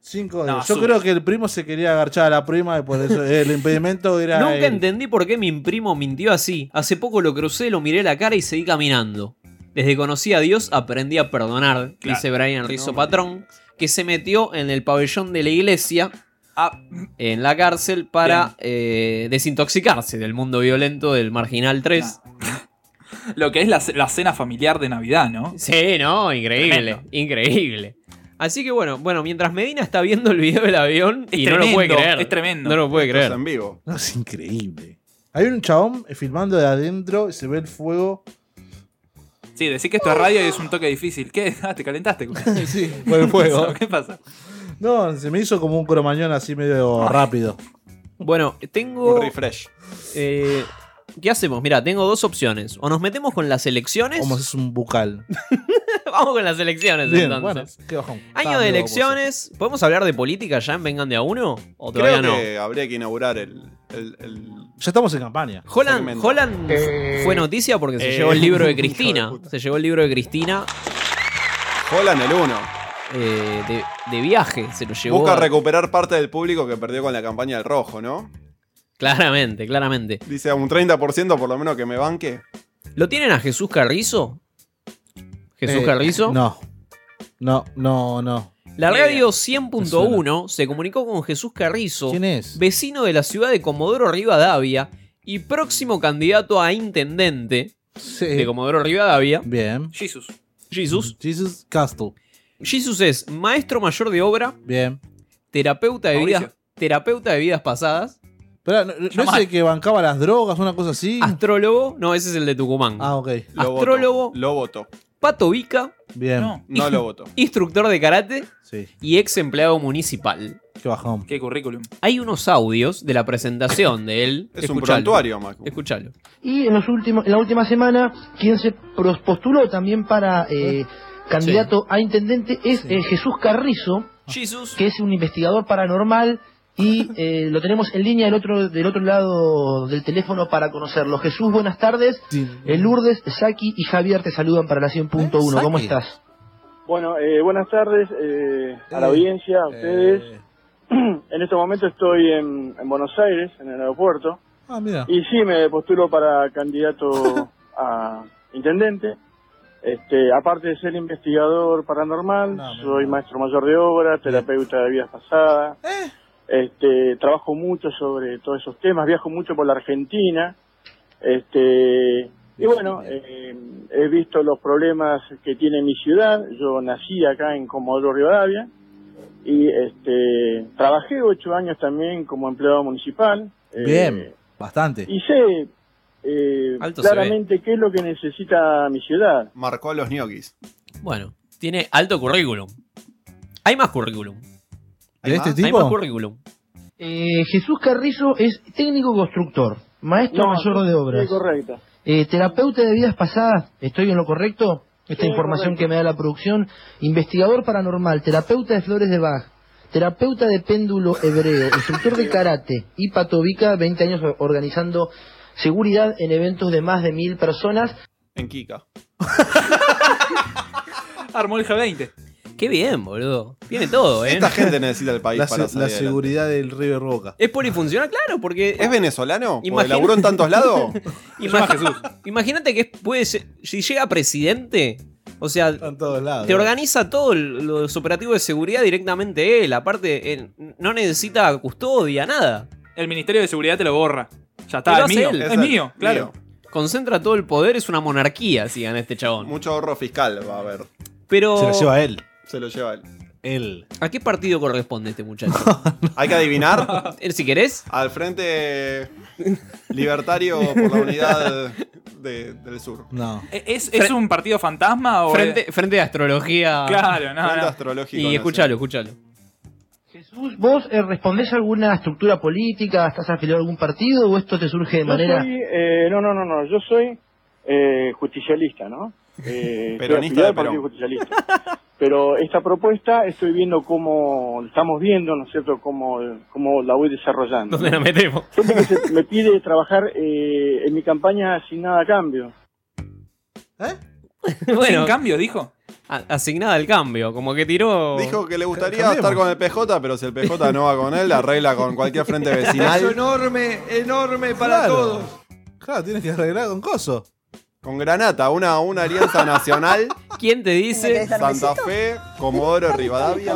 Speaker 3: Cinco
Speaker 2: No,
Speaker 3: Yo
Speaker 2: su-
Speaker 3: creo que el primo se quería agarchar a la prima y por eso el impedimento era.
Speaker 2: Nunca
Speaker 3: él.
Speaker 2: entendí por qué mi primo mintió así. Hace poco lo crucé, lo miré la cara y seguí caminando. Desde que conocí a Dios aprendí a perdonar,
Speaker 6: Claro.
Speaker 2: dice Brian Rizzo Patrón, que se metió en el pabellón de la iglesia,
Speaker 6: Ah,
Speaker 2: en la cárcel, para eh, desintoxicarse del mundo violento del Marginal 3.
Speaker 6: (laughs) Lo que es la, ce- la cena familiar de Navidad, ¿no?
Speaker 2: Sí, no, increíble,
Speaker 6: Tremendo.
Speaker 2: increíble. Así que bueno, bueno, mientras Medina está viendo el video del avión y no lo puede
Speaker 6: tremendo,
Speaker 2: creer.
Speaker 6: es tremendo.
Speaker 2: No lo puede
Speaker 6: Esto es
Speaker 2: creer.
Speaker 6: en
Speaker 4: vivo.
Speaker 3: No, es increíble. Hay un chabón filmando de adentro y se ve el fuego.
Speaker 6: Sí, decir que esto es radio y es un toque difícil. ¿Qué? Ah, te calentaste.
Speaker 3: sí, por el fuego.
Speaker 6: (laughs) ¿Qué pasa?
Speaker 3: (laughs) No, se me hizo como un cromañón así medio rápido.
Speaker 2: Bueno, tengo.
Speaker 3: Un
Speaker 4: refresh.
Speaker 2: Eh, ¿Qué hacemos? Mira, tengo dos opciones. O nos metemos con las elecciones.
Speaker 3: Como es un bucal.
Speaker 2: (laughs) Vamos con las elecciones
Speaker 3: Bien,
Speaker 2: entonces.
Speaker 3: bueno, qué bajón.
Speaker 2: Año
Speaker 3: Ah,
Speaker 2: de
Speaker 3: amigo,
Speaker 2: elecciones. ¿Podemos hablar de política ya en Vengan de a uno? ¿O todavía
Speaker 4: Creo
Speaker 2: no?
Speaker 4: que habría que inaugurar el. el- el-
Speaker 3: Ya estamos en campaña.
Speaker 2: Holland, Holland
Speaker 4: Eh,
Speaker 2: fue noticia porque se
Speaker 4: eh,
Speaker 2: llevó el libro de
Speaker 4: hijo de
Speaker 2: Cristina. se llevó el libro de Cristina. eh,
Speaker 4: Holland el 1.
Speaker 2: de, de viaje se lo llevó.
Speaker 4: Busca
Speaker 2: a-
Speaker 4: recuperar parte del público que perdió con la campaña del rojo, ¿no?
Speaker 2: Claramente, claramente.
Speaker 4: Dice un 30% por lo menos que me banque.
Speaker 2: ¿Lo tienen a Jesús Carrizo? ¿Jesús
Speaker 3: Eh,
Speaker 2: Carrizo?
Speaker 3: No. No, no, no.
Speaker 2: La radio 100.1 se comunicó con Jesús Carrizo,
Speaker 3: ¿Quién es?
Speaker 2: vecino de la ciudad de Comodoro Rivadavia y próximo candidato a intendente
Speaker 4: Eh.
Speaker 2: de Comodoro Rivadavia.
Speaker 3: Bien.
Speaker 6: Jesus.
Speaker 2: Jesus.
Speaker 3: Jesus Castle.
Speaker 4: Mm.
Speaker 2: Jesus es maestro mayor de obra,
Speaker 3: Bien.
Speaker 2: terapeuta de,
Speaker 3: Mauricio.
Speaker 2: vidas, terapeuta de vidas pasadas,
Speaker 3: Pero no, no es el que bancaba las drogas, una cosa
Speaker 4: Mm.
Speaker 3: así.
Speaker 2: Ah. astrólogo, no, ese es el de Tucumán,
Speaker 3: Ah, ok.
Speaker 4: Lo voto.
Speaker 2: astrólogo,
Speaker 4: Lo voto.
Speaker 2: pato vica,
Speaker 3: Bien.
Speaker 4: No lo voto.
Speaker 2: instructor de karate
Speaker 3: Sí.
Speaker 2: y ex empleado municipal.
Speaker 3: Qué bajón.
Speaker 6: Qué currículum.
Speaker 2: Hay unos audios de la presentación de él.
Speaker 4: (coughs) Es un prontuario, Macu.
Speaker 2: Escuchalo.
Speaker 13: Y en, los últimos, en la última semana, quien se pros- postuló también para eh, candidato a intendente es
Speaker 14: Este
Speaker 13: eh, Jesús Carrizo, que es un investigador paranormal y eh, lo tenemos en línea del otro, del otro lado del teléfono para conocerlo. Jesús, buenas tardes. Eh, Lourdes, Saki y Javier te saludan para la
Speaker 4: ¿Eh?
Speaker 13: 100.1. ¿Cómo
Speaker 14: Saki.
Speaker 13: estás?
Speaker 14: Bueno, eh, buenas tardes eh, a la audiencia, a
Speaker 3: Eh,
Speaker 14: ustedes. En este momento estoy en, en Buenos Aires, en el aeropuerto.
Speaker 3: Ah, mira.
Speaker 14: Y sí, me postulo para candidato a intendente. Este, aparte de ser investigador paranormal, soy maestro mayor de obra, terapeuta de vidas pasadas.
Speaker 3: Eh,
Speaker 14: Este, trabajo mucho sobre todos esos temas, viajo mucho por la Argentina. Este, y bueno, eh, he visto los problemas que tiene mi ciudad. Yo nací acá en Comodoro Rivadavia y este, trabajé ocho años también como empleado municipal. Eh,
Speaker 3: Bien. Bastante.
Speaker 14: y sé eh,
Speaker 2: Alto se
Speaker 14: claramente qué es lo que necesita mi ciudad.
Speaker 4: Marcó a los ñoquis.
Speaker 2: Bueno, tiene alto currículum. Hay más currículum.
Speaker 3: ¿De este
Speaker 2: Hay
Speaker 3: tipo?
Speaker 2: más currículum.
Speaker 13: Eh, Jesús Carrizo es técnico constructor, maestro
Speaker 14: No,
Speaker 13: mayor de obras.
Speaker 14: Sí, correcto.
Speaker 13: Eh, terapeuta de vidas pasadas, ¿estoy en lo correcto? Esta
Speaker 14: Sí,
Speaker 13: información
Speaker 14: correcto.
Speaker 13: que me da la producción. Investigador paranormal, terapeuta de flores de Bach, terapeuta de péndulo hebreo, instructor de karate y patovica, 20 años o- organizando seguridad en eventos de más de mil personas.
Speaker 4: En Kika.
Speaker 6: Armó el G20.
Speaker 2: Qué bien, boludo. Tiene todo, ¿eh?
Speaker 4: Esta gente necesita el país
Speaker 3: La,
Speaker 4: para
Speaker 3: se-
Speaker 4: salir
Speaker 3: la seguridad del River Boca.
Speaker 2: ¿Es polifuncional? Claro, porque.
Speaker 4: ¿Es venezolano? ¿Porque
Speaker 2: Imagina-
Speaker 4: laburó en tantos
Speaker 6: (laughs)
Speaker 4: lados?
Speaker 2: Imag- Imagínate que es- puede ser- si llega presidente, o sea, te organiza todo el- los operativos de seguridad directamente él. Aparte, él no necesita custodia, nada.
Speaker 6: El Ministerio de Seguridad te lo borra. Ya está,
Speaker 2: Te lo
Speaker 6: es
Speaker 2: hace
Speaker 6: mío.
Speaker 2: él.
Speaker 6: Es mío, claro.
Speaker 2: Concentra todo el poder, es una monarquía, si gana este chabón.
Speaker 4: Mucho ahorro fiscal va a haber.
Speaker 2: Pero.
Speaker 3: él.
Speaker 4: Se lo lleva él.
Speaker 3: Él.
Speaker 2: ¿A qué partido corresponde este muchacho?
Speaker 4: Hay que adivinar.
Speaker 2: Eh, si querés.
Speaker 4: Al frente libertario por la unidad de- del sur.
Speaker 3: No.
Speaker 6: ¿E-, ¿Es, es un partido fantasma o.?
Speaker 3: Oh, eh.
Speaker 2: Frente, frente de astrología.
Speaker 6: Claro, no,
Speaker 4: Frente
Speaker 6: Ah, no. (laughs)
Speaker 4: astrológico.
Speaker 2: Y escúchalo, escúchalo.
Speaker 13: Jesús, ¿vos eh, respondés a alguna estructura política? ¿Estás afiliado a algún partido o esto te surge de
Speaker 14: Yo
Speaker 13: manera...?
Speaker 14: soy, eh, no, no, no, no, yo soy eh,
Speaker 4: (laughs)
Speaker 14: justicialista, ¿no? Eh, estoy
Speaker 4: Peronista
Speaker 14: afiliado
Speaker 4: de
Speaker 14: al Partido
Speaker 4: Perón.
Speaker 14: Justicialista. Pero esta propuesta estoy viendo cómo, estamos viendo, ¿no es cierto?, cómo, cómo la voy desarrollando.
Speaker 2: ¿Dónde la metemos?
Speaker 14: Gente que se- me pide trabajar eh, en mi campaña sin nada a cambio.
Speaker 3: ¿Eh?
Speaker 2: Bueno.
Speaker 6: ¿Sin cambio, dijo?
Speaker 2: A- Asignada al cambio, como que tiró.
Speaker 4: Dijo que le gustaría estar con el PJ, pero si el PJ no va con él, arregla con cualquier
Speaker 3: (laughs)
Speaker 4: frente
Speaker 15: Eso
Speaker 4: vecinal.
Speaker 15: enorme, enorme para
Speaker 3: Claro.
Speaker 15: todos.
Speaker 3: Claro, tienes que arreglar con coso.
Speaker 4: Con Granata, una, una alianza nacional.
Speaker 2: ¿Quién te dice?
Speaker 4: Santa Fe, Comodoro, Rivadavia.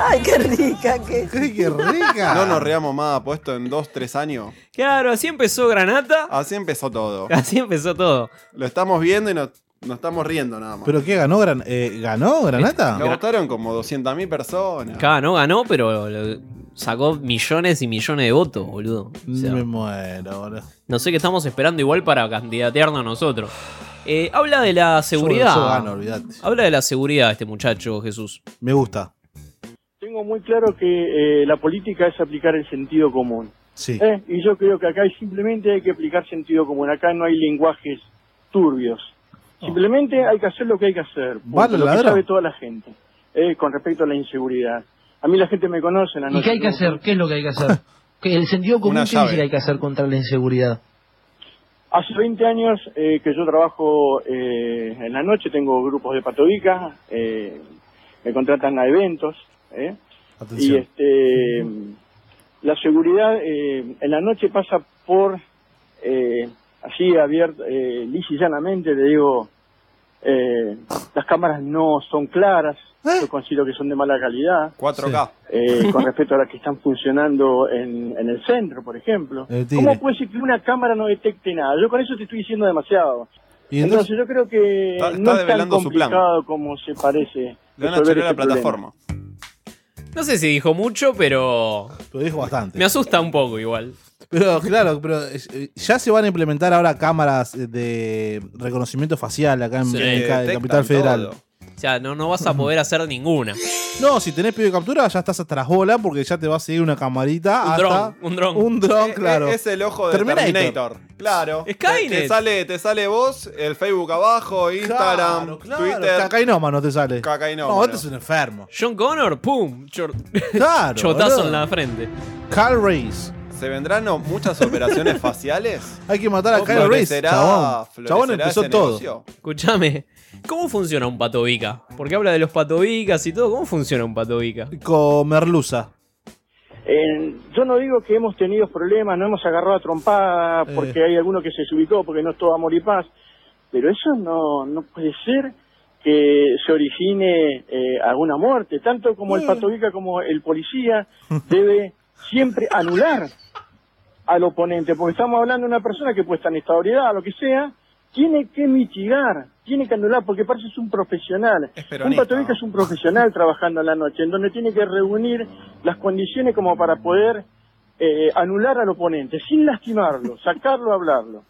Speaker 16: Ay, qué rica que.
Speaker 3: qué rica!
Speaker 4: No nos reamos más, apuesto en dos, tres años.
Speaker 2: Claro, así empezó Granata.
Speaker 3: Ah.
Speaker 4: Así empezó todo.
Speaker 2: Así empezó todo.
Speaker 4: Lo estamos viendo y nos, nos estamos riendo nada más.
Speaker 3: ¿Pero qué ganó? Gran- eh, ¿Ganó Granata?
Speaker 2: Este,
Speaker 4: Lo votaron como 200.000 personas.
Speaker 2: Cada no ganó, pero lo- sacó millones y millones de votos, boludo. O sea,
Speaker 3: Me muero, boludo.
Speaker 2: no sé qué estamos esperando igual para candidatearnos nosotros. Eh, habla de la seguridad.
Speaker 3: yo gano, olvidate.
Speaker 2: habla de la seguridad este muchacho, Jesús.
Speaker 3: Me gusta.
Speaker 14: Tengo muy claro que eh, la política es aplicar el sentido común.
Speaker 3: Sí.
Speaker 14: ¿eh? Y yo creo que acá hay- simplemente hay que aplicar sentido común. Acá no hay lenguajes turbios.
Speaker 13: Oh.
Speaker 14: Simplemente hay que hacer lo que hay que hacer. punto,
Speaker 3: Vale,
Speaker 14: lo que
Speaker 3: ladrón.
Speaker 14: sabe toda la gente eh, con respecto a la inseguridad. A mí la gente me conoce. La
Speaker 13: ¿Y qué hay que hacer? ¿Qué es lo que hay que hacer? Que el sentido común,
Speaker 14: Una
Speaker 13: ¿qué dice
Speaker 14: llave.
Speaker 13: que hay que hacer contra la inseguridad?
Speaker 14: Hace 20 años eh, que yo trabajo eh, en la noche, tengo grupos de patodicas, eh, me contratan a eventos. ¿eh? Y
Speaker 3: Atención.
Speaker 14: este, la seguridad eh, en la noche pasa por, eh, así abierto, eh, lisa y llanamente, te digo, eh, las cámaras no son claras, yo considero que son de mala calidad.
Speaker 4: 4K. (laughs)
Speaker 14: Eh, con respecto a las que están funcionando en, en el centro, por ejemplo.
Speaker 3: El Eh, tigre.
Speaker 14: ¿Cómo puede ser que una cámara no detecte nada? Yo con eso te estoy diciendo demasiado.
Speaker 3: ¿Y
Speaker 14: entonces,
Speaker 3: entonces?
Speaker 14: yo creo que
Speaker 4: Está- está
Speaker 14: Eh, no es tan
Speaker 4: develando su plan.
Speaker 14: complicado como se parece.
Speaker 4: Le van a
Speaker 14: resolver
Speaker 4: chorear la
Speaker 14: este problema.
Speaker 4: plataforma.
Speaker 2: No sé si dijo mucho, pero.
Speaker 3: Lo dijo bastante.
Speaker 2: Me asusta un poco igual.
Speaker 3: Pero claro, pero eh, ya se van a implementar ahora cámaras eh, de reconocimiento facial acá en,
Speaker 2: Sí.
Speaker 3: en ca-
Speaker 2: Detectan
Speaker 3: Capital Federal.
Speaker 2: todo. O sea, no, no vas a poder hacer ninguna.
Speaker 3: No, si tenés pedido de captura ya estás hasta las bolas porque ya te va a seguir una camarita
Speaker 2: Un
Speaker 3: hasta...
Speaker 2: dron, un dron.
Speaker 3: Un dron,
Speaker 4: Eh,
Speaker 3: claro.
Speaker 4: eh, Es el ojo de Terminator. Claro.
Speaker 2: Skynet.
Speaker 4: Te, te sale, te sale vos, el Facebook abajo, Instagram,
Speaker 3: Claro,
Speaker 4: Twitter.
Speaker 3: cacainómano te sale.
Speaker 4: Cacainómano.
Speaker 3: No, este es un enfermo.
Speaker 2: John Connor, pum. chor-
Speaker 3: Claro,
Speaker 2: (laughs) Chotazo
Speaker 3: boludo.
Speaker 2: en la frente.
Speaker 3: Kyle Reese.
Speaker 4: ¿Se vendrán no, muchas
Speaker 3: (laughs)
Speaker 4: operaciones faciales?
Speaker 3: Hay que matar a
Speaker 4: ¿Cómo
Speaker 3: Kyle Reese,
Speaker 4: florecerá-
Speaker 3: chabón. Chabón
Speaker 4: florecerá
Speaker 3: empezó
Speaker 4: ese
Speaker 3: todo.
Speaker 4: negocio?
Speaker 2: Escúchame, ¿cómo funciona un patovica? Porque habla de los patovicas y todo. ¿Cómo funciona un patovica?
Speaker 3: Con Merluza.
Speaker 14: Eh, yo no digo que hemos tenido problemas, no hemos agarrado a trompada porque hay alguno que se desubicó, porque no es todo amor y paz, pero eso no, no puede ser que se origine eh, alguna muerte. Tanto como
Speaker 4: Eh.
Speaker 14: el patovica como el policía debe siempre anular al oponente, Eh, porque estamos hablando de una persona que puesta en estabilidad, lo que sea, tiene que mitigar, tiene que anular, porque parece es un profesional. Un
Speaker 4: peronista,
Speaker 14: patovica es un profesional trabajando en la noche, en donde tiene que reunir las condiciones como para poder eh, anular al oponente, sin lastimarlo, sacarlo, hablarlo.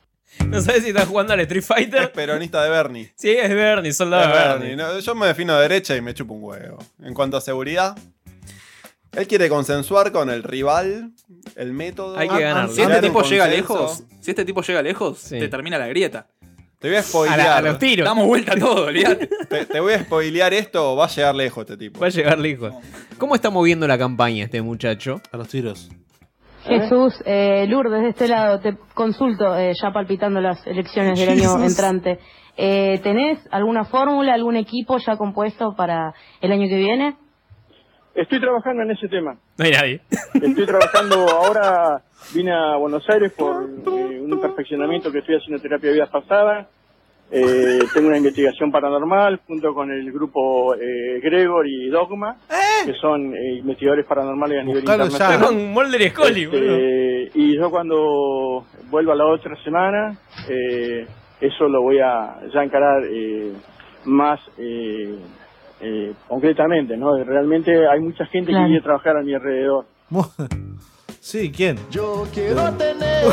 Speaker 2: No sabes si estás jugando al Street Fighter. (laughs)
Speaker 4: Peronista de Bernie.
Speaker 2: Sí, es Bernie, soldado
Speaker 4: Es
Speaker 2: de
Speaker 4: Bernie,
Speaker 2: Bernie.
Speaker 4: no, yo me defino de derecha y me chupo un huevo. En cuanto a seguridad, él quiere consensuar con el rival, el método.
Speaker 2: Hay que ganar.
Speaker 6: Si este
Speaker 4: Crear un
Speaker 6: tipo llega
Speaker 4: consenso.
Speaker 6: lejos, si este tipo llega lejos, te termina la grieta.
Speaker 4: Te voy a spoilear.
Speaker 6: A la- a los tiros. Damos vuelta a todo, olvidate.
Speaker 4: te, te voy a spoilear esto, va a llegar lejos este tipo.
Speaker 2: Va a llegar lejos. ¿Cómo está moviendo la campaña este muchacho?
Speaker 3: A los tiros.
Speaker 17: Jesús, eh, Lourdes, de este lado, te consulto, eh, ya palpitando las elecciones del año
Speaker 2: Jesus.
Speaker 17: entrante. Eh, ¿Tenés alguna fórmula, algún equipo ya compuesto para el año que viene?
Speaker 14: Estoy trabajando en ese tema.
Speaker 2: No hay nadie.
Speaker 14: Estoy trabajando ahora, vine a Buenos Aires por eh, un perfeccionamiento que estoy haciendo terapia de vidas pasadas. Eh, tengo una investigación paranormal junto con el grupo eh, Gregor y Dogma, que son eh, investigadores paranormales a nivel
Speaker 2: Buscalo ya,
Speaker 4: Ah.
Speaker 14: internacional.
Speaker 2: ¿no? Un Mulder y Scully,
Speaker 4: Este-
Speaker 2: boludo.
Speaker 14: eh, y yo cuando vuelva la otra semana, eh, eso lo voy a ya encarar eh, más eh, eh, concretamente, ¿no? Realmente hay mucha gente
Speaker 3: Claro.
Speaker 14: que quiere trabajar a mi alrededor.
Speaker 3: Sí, ¿quién? Yo
Speaker 14: quiero
Speaker 3: tener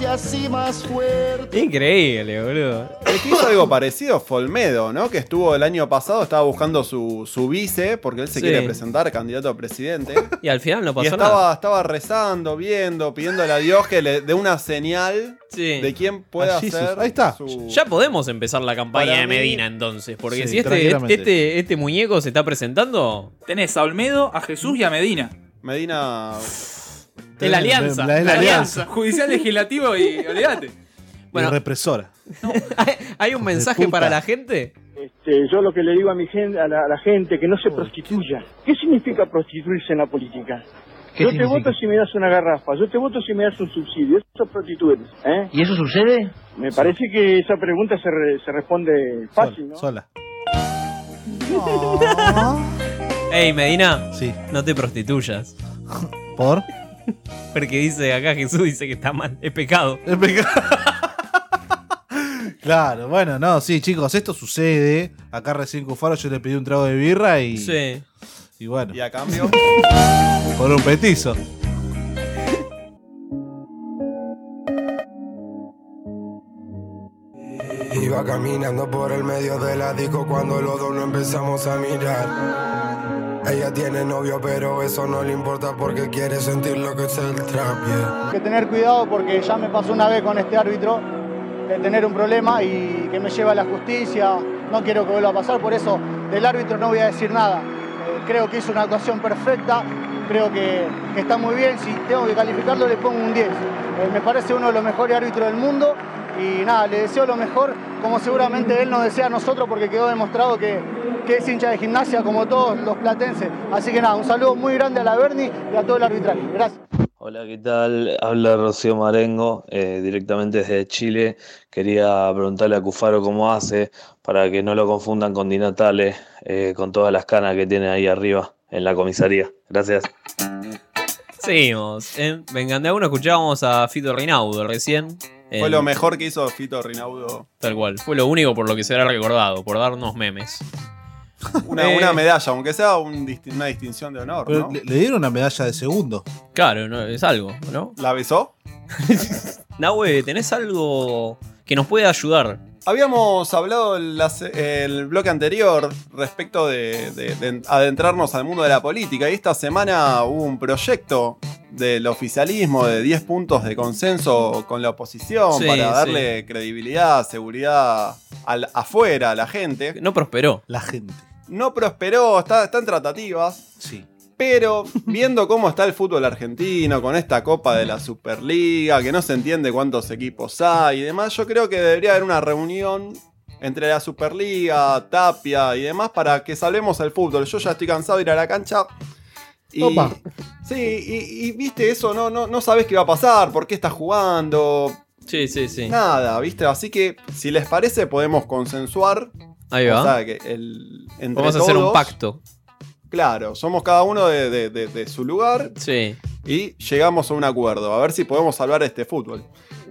Speaker 11: y así más fuerte.
Speaker 2: Increíble, boludo.
Speaker 4: El que hizo algo parecido fue Olmedo, ¿no? Que estuvo el año pasado, estaba buscando su, su vice, porque él se
Speaker 2: Sí.
Speaker 4: quiere presentar candidato a presidente.
Speaker 2: Y al final no
Speaker 4: y
Speaker 2: pasó
Speaker 4: estaba,
Speaker 2: nada.
Speaker 4: estaba rezando, viendo, pidiéndole a Dios que le dé una señal de quién puede
Speaker 2: A Jesus.
Speaker 4: hacer.
Speaker 2: Ahí
Speaker 4: está.
Speaker 2: Ya podemos empezar la campaña
Speaker 4: Para
Speaker 2: de
Speaker 4: mí-
Speaker 2: Medina entonces, porque
Speaker 6: Sí,
Speaker 2: si este,
Speaker 6: tranquilamente.
Speaker 2: este, este muñeco se está presentando,
Speaker 6: Tenés a Olmedo, a Jesús y a Medina.
Speaker 4: Medina.
Speaker 6: Es la alianza.
Speaker 3: La- la- la alianza.
Speaker 6: Judicial, legislativo y olvídate.
Speaker 3: Bueno. represora.
Speaker 2: ¿Hay un
Speaker 3: mensaje para la
Speaker 2: gente?
Speaker 14: Este, yo lo que le digo a mi gente, a la, a la gente, que no se prostituya. ¿Qué significa prostituirse en la política?
Speaker 13: ¿Qué
Speaker 14: yo
Speaker 13: significa?
Speaker 14: te voto si me das una garrafa, yo te voto si me das un subsidio, eso es prostituir. ¿eh?
Speaker 13: ¿Y eso sucede?
Speaker 14: Me parece que esa pregunta se, re- se responde fácil, ¿no?
Speaker 3: Sola.
Speaker 2: Ey, Medina, no te prostituyas.
Speaker 3: ¿Por?
Speaker 2: Porque dice acá Jesús dice que está mal, es pecado.
Speaker 3: Es pecado. (laughs) Claro, bueno, no, sí, chicos, esto sucede. Acá recién Cufaro yo le pedí un trago de birra y.
Speaker 2: Sí.
Speaker 3: Y bueno.
Speaker 4: Y a cambio.
Speaker 3: Por un petizo.
Speaker 18: Iba caminando por el medio de la disco cuando los dos nos empezamos a mirar. Ella tiene novio, pero eso no le importa porque quiere sentir lo que es el trap, yeah.
Speaker 19: Hay que tener cuidado porque ya me pasó una vez con este árbitro de tener un problema y que me lleva a la justicia. No quiero que vuelva a pasar, por eso del árbitro no voy a decir nada. Eh, creo que hizo una actuación perfecta, creo que, que está muy bien. Si tengo que calificarlo, le pongo un 10. Eh, me parece uno de los mejores árbitros del mundo y nada, le deseo lo mejor, como seguramente él nos desea a nosotros porque quedó demostrado que, que es hincha de gimnasia como todos los platenses. Así que nada, un saludo muy grande a la Berni y a todo el arbitraje. Gracias.
Speaker 12: Hola, ¿qué tal? Habla Rocío Marengo, eh, directamente desde Chile. Quería preguntarle a Cufaro cómo hace para que no lo confundan con Di Natale, eh, con todas las canas que tiene ahí arriba en la comisaría. Gracias.
Speaker 2: Seguimos. En Vengan uno escuchábamos a Fito Rinaudo recién.
Speaker 4: Fue
Speaker 2: En-
Speaker 4: lo mejor que hizo Fito Rinaudo.
Speaker 2: Tal cual. Fue lo único por lo que será recordado, por darnos memes.
Speaker 4: Una,
Speaker 2: Eh.
Speaker 4: una medalla, aunque sea un disti- una distinción de honor,
Speaker 3: Pero
Speaker 4: ¿no?
Speaker 3: le, le dieron una medalla de segundo.
Speaker 2: Claro, no, es algo, ¿no?
Speaker 4: ¿La besó?
Speaker 2: Nahue, ¿tenés algo que nos pueda ayudar?
Speaker 4: Habíamos hablado en la se- el bloque anterior respecto de, de- de adentrarnos al mundo de la política y esta semana hubo un proyecto del oficialismo de 10 puntos de consenso con la oposición
Speaker 2: Sí,
Speaker 4: para
Speaker 2: sí.
Speaker 4: darle credibilidad, seguridad al, afuera a la gente.
Speaker 2: No prosperó.
Speaker 3: La gente.
Speaker 4: No prosperó, está, está en tratativas.
Speaker 3: Sí.
Speaker 4: Pero viendo cómo está el fútbol argentino, con esta copa de la Superliga, que no se entiende cuántos equipos hay y demás, yo creo que debería haber una reunión entre la Superliga, Tapia y demás para que salvemos el fútbol. Yo ya estoy cansado de ir a la cancha. Y,
Speaker 3: Opa.
Speaker 4: Sí, y, y, viste eso, no, no, no sabes qué va a pasar, por qué está jugando,
Speaker 2: Sí, sí, sí.
Speaker 4: nada, viste. Así que si les parece podemos consensuar.
Speaker 2: Ahí va.
Speaker 4: O sea, que el, entre
Speaker 2: Vamos a hacer un
Speaker 4: todos,
Speaker 2: pacto.
Speaker 4: Claro, somos cada uno de, de- de- de su lugar.
Speaker 2: Sí.
Speaker 4: Y llegamos a un acuerdo. A ver si podemos salvar este fútbol.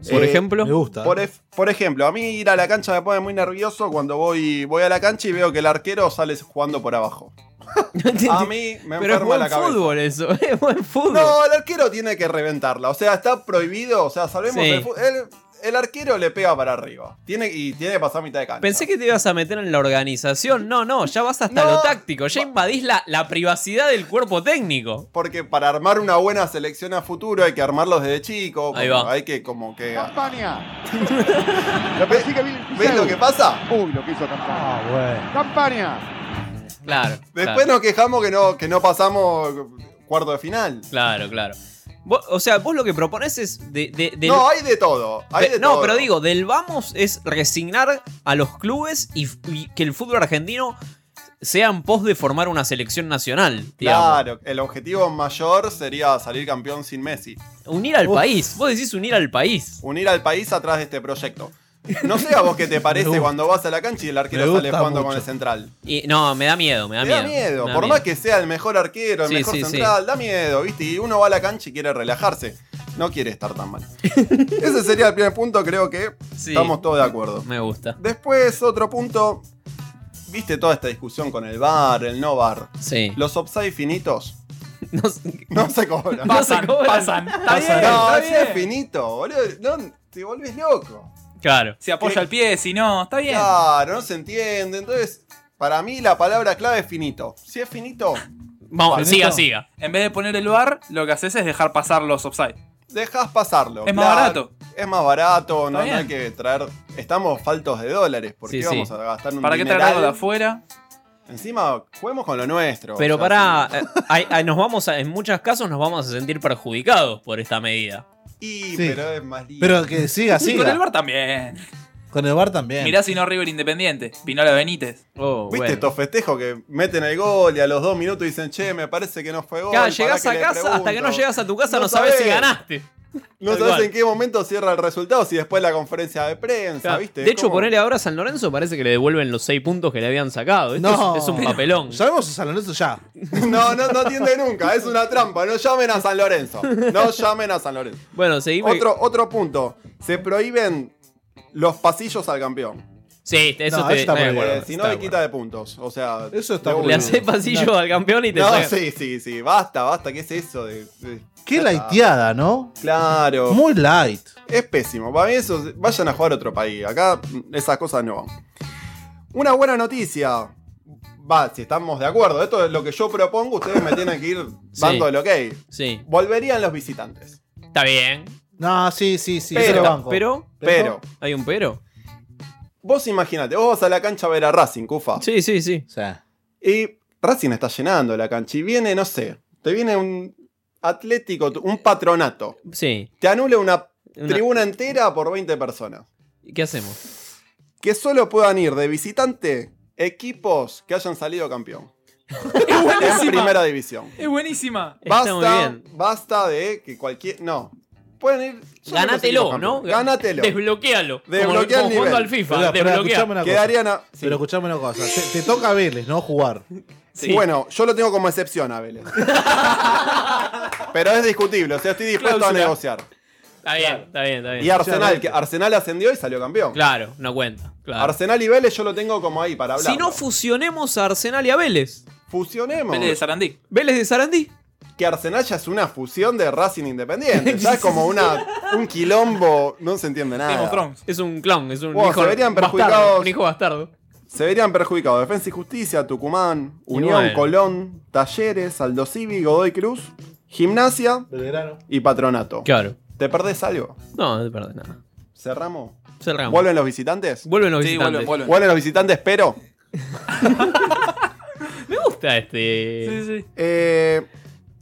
Speaker 2: Por
Speaker 4: Eh,
Speaker 2: ejemplo. Me gusta.
Speaker 4: Por, ef- por ejemplo, a mí ir a la cancha me pone muy nervioso cuando voy, voy a la cancha y veo que el arquero sale jugando por
Speaker 2: (laughs)
Speaker 4: abajo. a mí Ah, me
Speaker 2: Pero es
Speaker 4: enferma
Speaker 2: buen
Speaker 4: la cabeza.
Speaker 2: fútbol eso, (laughs) es buen fútbol.
Speaker 4: No, el arquero tiene que reventarla. O sea, está prohibido. O sea, salvemos
Speaker 2: Sí.
Speaker 4: del fu- el, el arquero le pega para arriba. Tiene, y tiene que pasar mitad de cancha.
Speaker 2: Pensé que te ibas a meter en la organización. No, no, ya vas hasta lo táctico. Ya invadís la, la privacidad del cuerpo técnico.
Speaker 4: Porque para armar una buena selección a futuro hay que armarlos desde chico.
Speaker 2: Ahí
Speaker 4: como-
Speaker 2: va.
Speaker 4: Hay que como que. (laughs)
Speaker 20: Campaña.
Speaker 4: ¿Ves lo que pasa?
Speaker 2: Uh,
Speaker 20: Uy, lo que hizo Campaña. Campaña.
Speaker 2: Claro.
Speaker 4: (laughs) Después
Speaker 2: claro.
Speaker 4: nos quejamos que no, que no pasamos cuarto de final.
Speaker 2: Claro, claro. Vos- o sea, vos lo que proponés es de. de- del-
Speaker 4: No, hay de todo. Hay
Speaker 2: de-
Speaker 4: de
Speaker 2: no,
Speaker 4: todo.
Speaker 2: pero digo, del vamos es resignar a los clubes y, y que el fútbol argentino sea en pos de formar una selección nacional. digamos.
Speaker 4: Claro, el objetivo mayor sería salir campeón sin Messi.
Speaker 2: Unir al país. Vos decís unir al país.
Speaker 4: Unir al país atrás de este proyecto. No sé a vos qué te
Speaker 2: (laughs) Me
Speaker 4: parece
Speaker 2: gusta.
Speaker 4: cuando vas a la cancha y el
Speaker 2: Me
Speaker 4: arquero sale
Speaker 2: gusta
Speaker 4: jugando
Speaker 2: mucho.
Speaker 4: con el central.
Speaker 2: Y, no, me da miedo, me da
Speaker 4: Te
Speaker 2: miedo.
Speaker 4: da miedo,
Speaker 2: me da
Speaker 4: por
Speaker 2: miedo.
Speaker 4: más que sea el mejor arquero, el
Speaker 2: Sí,
Speaker 4: mejor
Speaker 2: sí, sí.
Speaker 4: central, da miedo, ¿viste? Y uno va a la cancha y quiere relajarse. No quiere estar tan
Speaker 2: (laughs)
Speaker 4: mal. Ese sería el primer punto, creo que
Speaker 2: Sí.
Speaker 4: estamos todos de acuerdo.
Speaker 2: Me gusta.
Speaker 4: Después, otro punto. ¿Viste toda esta discusión con el bar, el no bar?
Speaker 2: Sí.
Speaker 4: Los offside finitos.
Speaker 2: (laughs) No,
Speaker 4: se cobran.
Speaker 2: No se Pasan, cobran. pasan.
Speaker 4: Está
Speaker 2: Pasan.
Speaker 4: bien,
Speaker 2: No,
Speaker 4: está
Speaker 2: está
Speaker 4: bien.
Speaker 2: bien.
Speaker 4: finito, boludo. No, te volvés loco.
Speaker 2: Claro.
Speaker 6: Se apoya el pie, si no, está bien.
Speaker 4: Claro, no se entiende. Entonces, para mí la palabra clave es finito. Si es finito,
Speaker 2: Vamos, siga,
Speaker 6: Finito.
Speaker 2: siga.
Speaker 6: En vez de poner el bar, lo que haces es dejar pasar los offside.
Speaker 4: dejas pasarlo.
Speaker 6: Es más barato.
Speaker 4: Es más barato, no,
Speaker 6: Está
Speaker 4: no hay que traer. Estamos faltos de dólares. ¿Por
Speaker 2: Sí,
Speaker 4: qué
Speaker 2: sí.
Speaker 4: vamos a gastar un
Speaker 6: ¿Para qué traer
Speaker 4: dineral?
Speaker 6: algo de afuera?
Speaker 4: Encima, juguemos con lo nuestro.
Speaker 2: Pero
Speaker 4: o sea,
Speaker 2: pará, eh, hay- hay- nos vamos a- en muchos casos nos vamos a sentir perjudicados por esta medida.
Speaker 4: Y,
Speaker 3: Sí.
Speaker 4: pero es más lindo.
Speaker 3: Pero que siga,
Speaker 6: Y con el
Speaker 3: siga.
Speaker 6: bar también.
Speaker 3: Con el bar también.
Speaker 6: Mirá si no River Independiente. Pinola Benítez.
Speaker 2: Oh,
Speaker 4: ¿Viste estos festejos que meten el gol y a los dos minutos dicen, che, me parece que no fue gol?
Speaker 2: Claro,
Speaker 4: ¿para
Speaker 2: llegás
Speaker 4: qué
Speaker 2: a
Speaker 4: le
Speaker 2: casa, hasta que
Speaker 4: pregunto?".
Speaker 2: no llegas a tu casa
Speaker 4: No
Speaker 2: no, sabes si
Speaker 4: sabés.
Speaker 2: ganaste.
Speaker 4: No
Speaker 2: Tal
Speaker 4: sabes
Speaker 2: cual.
Speaker 4: en qué momento cierra el resultado, si después la conferencia de prensa,
Speaker 2: Claro.
Speaker 4: ¿viste?
Speaker 2: De
Speaker 4: Es
Speaker 2: hecho,
Speaker 4: como-
Speaker 2: ponerle ahora a San Lorenzo parece que le devuelven los seis puntos que le habían sacado. Esto
Speaker 3: No.
Speaker 2: es, es un
Speaker 3: Pero-
Speaker 2: papelón.
Speaker 3: Sabemos a San Lorenzo ya.
Speaker 4: (laughs) No, no, no atiende nunca, es una trampa. No llamen a San Lorenzo.
Speaker 2: (laughs)
Speaker 4: No llamen a San Lorenzo.
Speaker 2: Bueno, seguimos.
Speaker 4: Otro, otro punto. Se prohíben los pasillos al campeón.
Speaker 2: Sí, este, eso
Speaker 4: No,
Speaker 2: te
Speaker 4: eso está
Speaker 2: estoy de
Speaker 4: muy
Speaker 2: acuerdo,
Speaker 4: bien. Si no,
Speaker 2: está
Speaker 4: le
Speaker 2: de
Speaker 4: quita de puntos. O sea,
Speaker 3: Eso está
Speaker 4: de
Speaker 2: acuerdo.
Speaker 3: muy
Speaker 4: una.
Speaker 2: Le haces pasillo al campeón y te
Speaker 4: No,
Speaker 2: saca-
Speaker 4: sí, sí, sí. Basta, basta. ¿Qué es eso? De, de-
Speaker 3: Qué laiteada, ¿no?
Speaker 4: Claro.
Speaker 3: Muy light.
Speaker 4: Es pésimo. Para mí eso, vayan a jugar a otro país. Acá mm, esas cosas no van. Una buena noticia. Va, si estamos de acuerdo. Esto es lo que yo propongo. Ustedes me tienen que ir dando
Speaker 2: Sí.
Speaker 4: el ok.
Speaker 2: Sí,
Speaker 4: Volverían los visitantes.
Speaker 2: está bien.
Speaker 3: No, sí, sí, sí.
Speaker 4: Pero-
Speaker 3: yo lo banco.
Speaker 2: Pero,
Speaker 4: Pero,
Speaker 2: ¿hay un pero?
Speaker 4: vos imagínate, vos vas a la cancha a ver a Racing, Cufa.
Speaker 2: Sí, sí, sí.
Speaker 3: O sea,
Speaker 4: Y Racing está llenando la cancha. Y viene, no sé, te viene un atlético, un patronato.
Speaker 2: Sí.
Speaker 4: Te anula una,
Speaker 2: Una-
Speaker 4: tribuna entera por 20 personas.
Speaker 2: ¿Y ¿Qué hacemos?
Speaker 4: Que solo puedan ir de visitante equipos que hayan salido campeón.
Speaker 6: Es
Speaker 4: en
Speaker 6: buenísima.
Speaker 4: primera división.
Speaker 6: Es buenísima.
Speaker 2: Está muy
Speaker 4: Basta,
Speaker 2: bien.
Speaker 4: basta de que cualquier. No. Pueden ir. solo los
Speaker 2: Ganátelo,
Speaker 4: equipos
Speaker 2: ¿no?
Speaker 4: campeones. Ganátelo.
Speaker 2: Desbloquealo. Como-
Speaker 4: Desbloquea el
Speaker 2: como jugando
Speaker 4: nivel.
Speaker 2: al FIFA.
Speaker 3: Pero, pero
Speaker 2: desbloquea.
Speaker 3: escuchame una cosa.
Speaker 4: Quedarían a- sí.
Speaker 3: Pero escuchame una cosa. Te, te toca a Vélez, ¿no? Jugar.
Speaker 2: Sí.
Speaker 4: Bueno, yo lo tengo como excepción a
Speaker 2: (laughs)
Speaker 4: Vélez. Pero es discutible, o sea, estoy dispuesto
Speaker 2: Cláusula.
Speaker 4: a negociar.
Speaker 2: Está bien, está bien, está bien.
Speaker 4: Y Arsenal, que Arsenal ascendió y salió campeón.
Speaker 2: Claro, no cuenta. Claro.
Speaker 4: Arsenal y Vélez yo lo tengo como ahí para hablar.
Speaker 2: Si no fusionemos a Arsenal y a Vélez.
Speaker 4: fusionemos.
Speaker 6: Vélez de Sarandí.
Speaker 2: Vélez de Sarandí.
Speaker 4: que Arsenal ya es una fusión de Racing e
Speaker 2: (laughs)
Speaker 4: Independiente. Ya es como una, un quilombo, no se entiende
Speaker 6: Game of
Speaker 4: nada.
Speaker 6: Thrones.
Speaker 2: Es un clown, es un
Speaker 4: Wow,
Speaker 2: hijo
Speaker 4: se verían
Speaker 2: bastardo.
Speaker 4: perjudicados.
Speaker 2: Un hijo bastardo.
Speaker 4: Se verían perjudicados Defensa y Justicia, Tucumán,
Speaker 2: Y
Speaker 4: Unión,
Speaker 2: bueno.
Speaker 4: Colón, Talleres, Aldo Civi, Godoy Cruz, Gimnasia
Speaker 3: Belgrano.
Speaker 4: y Patronato.
Speaker 2: Claro.
Speaker 4: ¿Te perdés algo?
Speaker 2: No, no perdés nada.
Speaker 4: ¿Cerramos?
Speaker 2: Cerramos.
Speaker 4: ¿Vuelven los visitantes?
Speaker 2: Vuelven los
Speaker 6: Sí, vuelven,
Speaker 2: visitantes.
Speaker 6: vuelven.
Speaker 4: Vuelven los visitantes, pero...
Speaker 2: Me gusta este.
Speaker 6: Sí, sí.
Speaker 4: eh,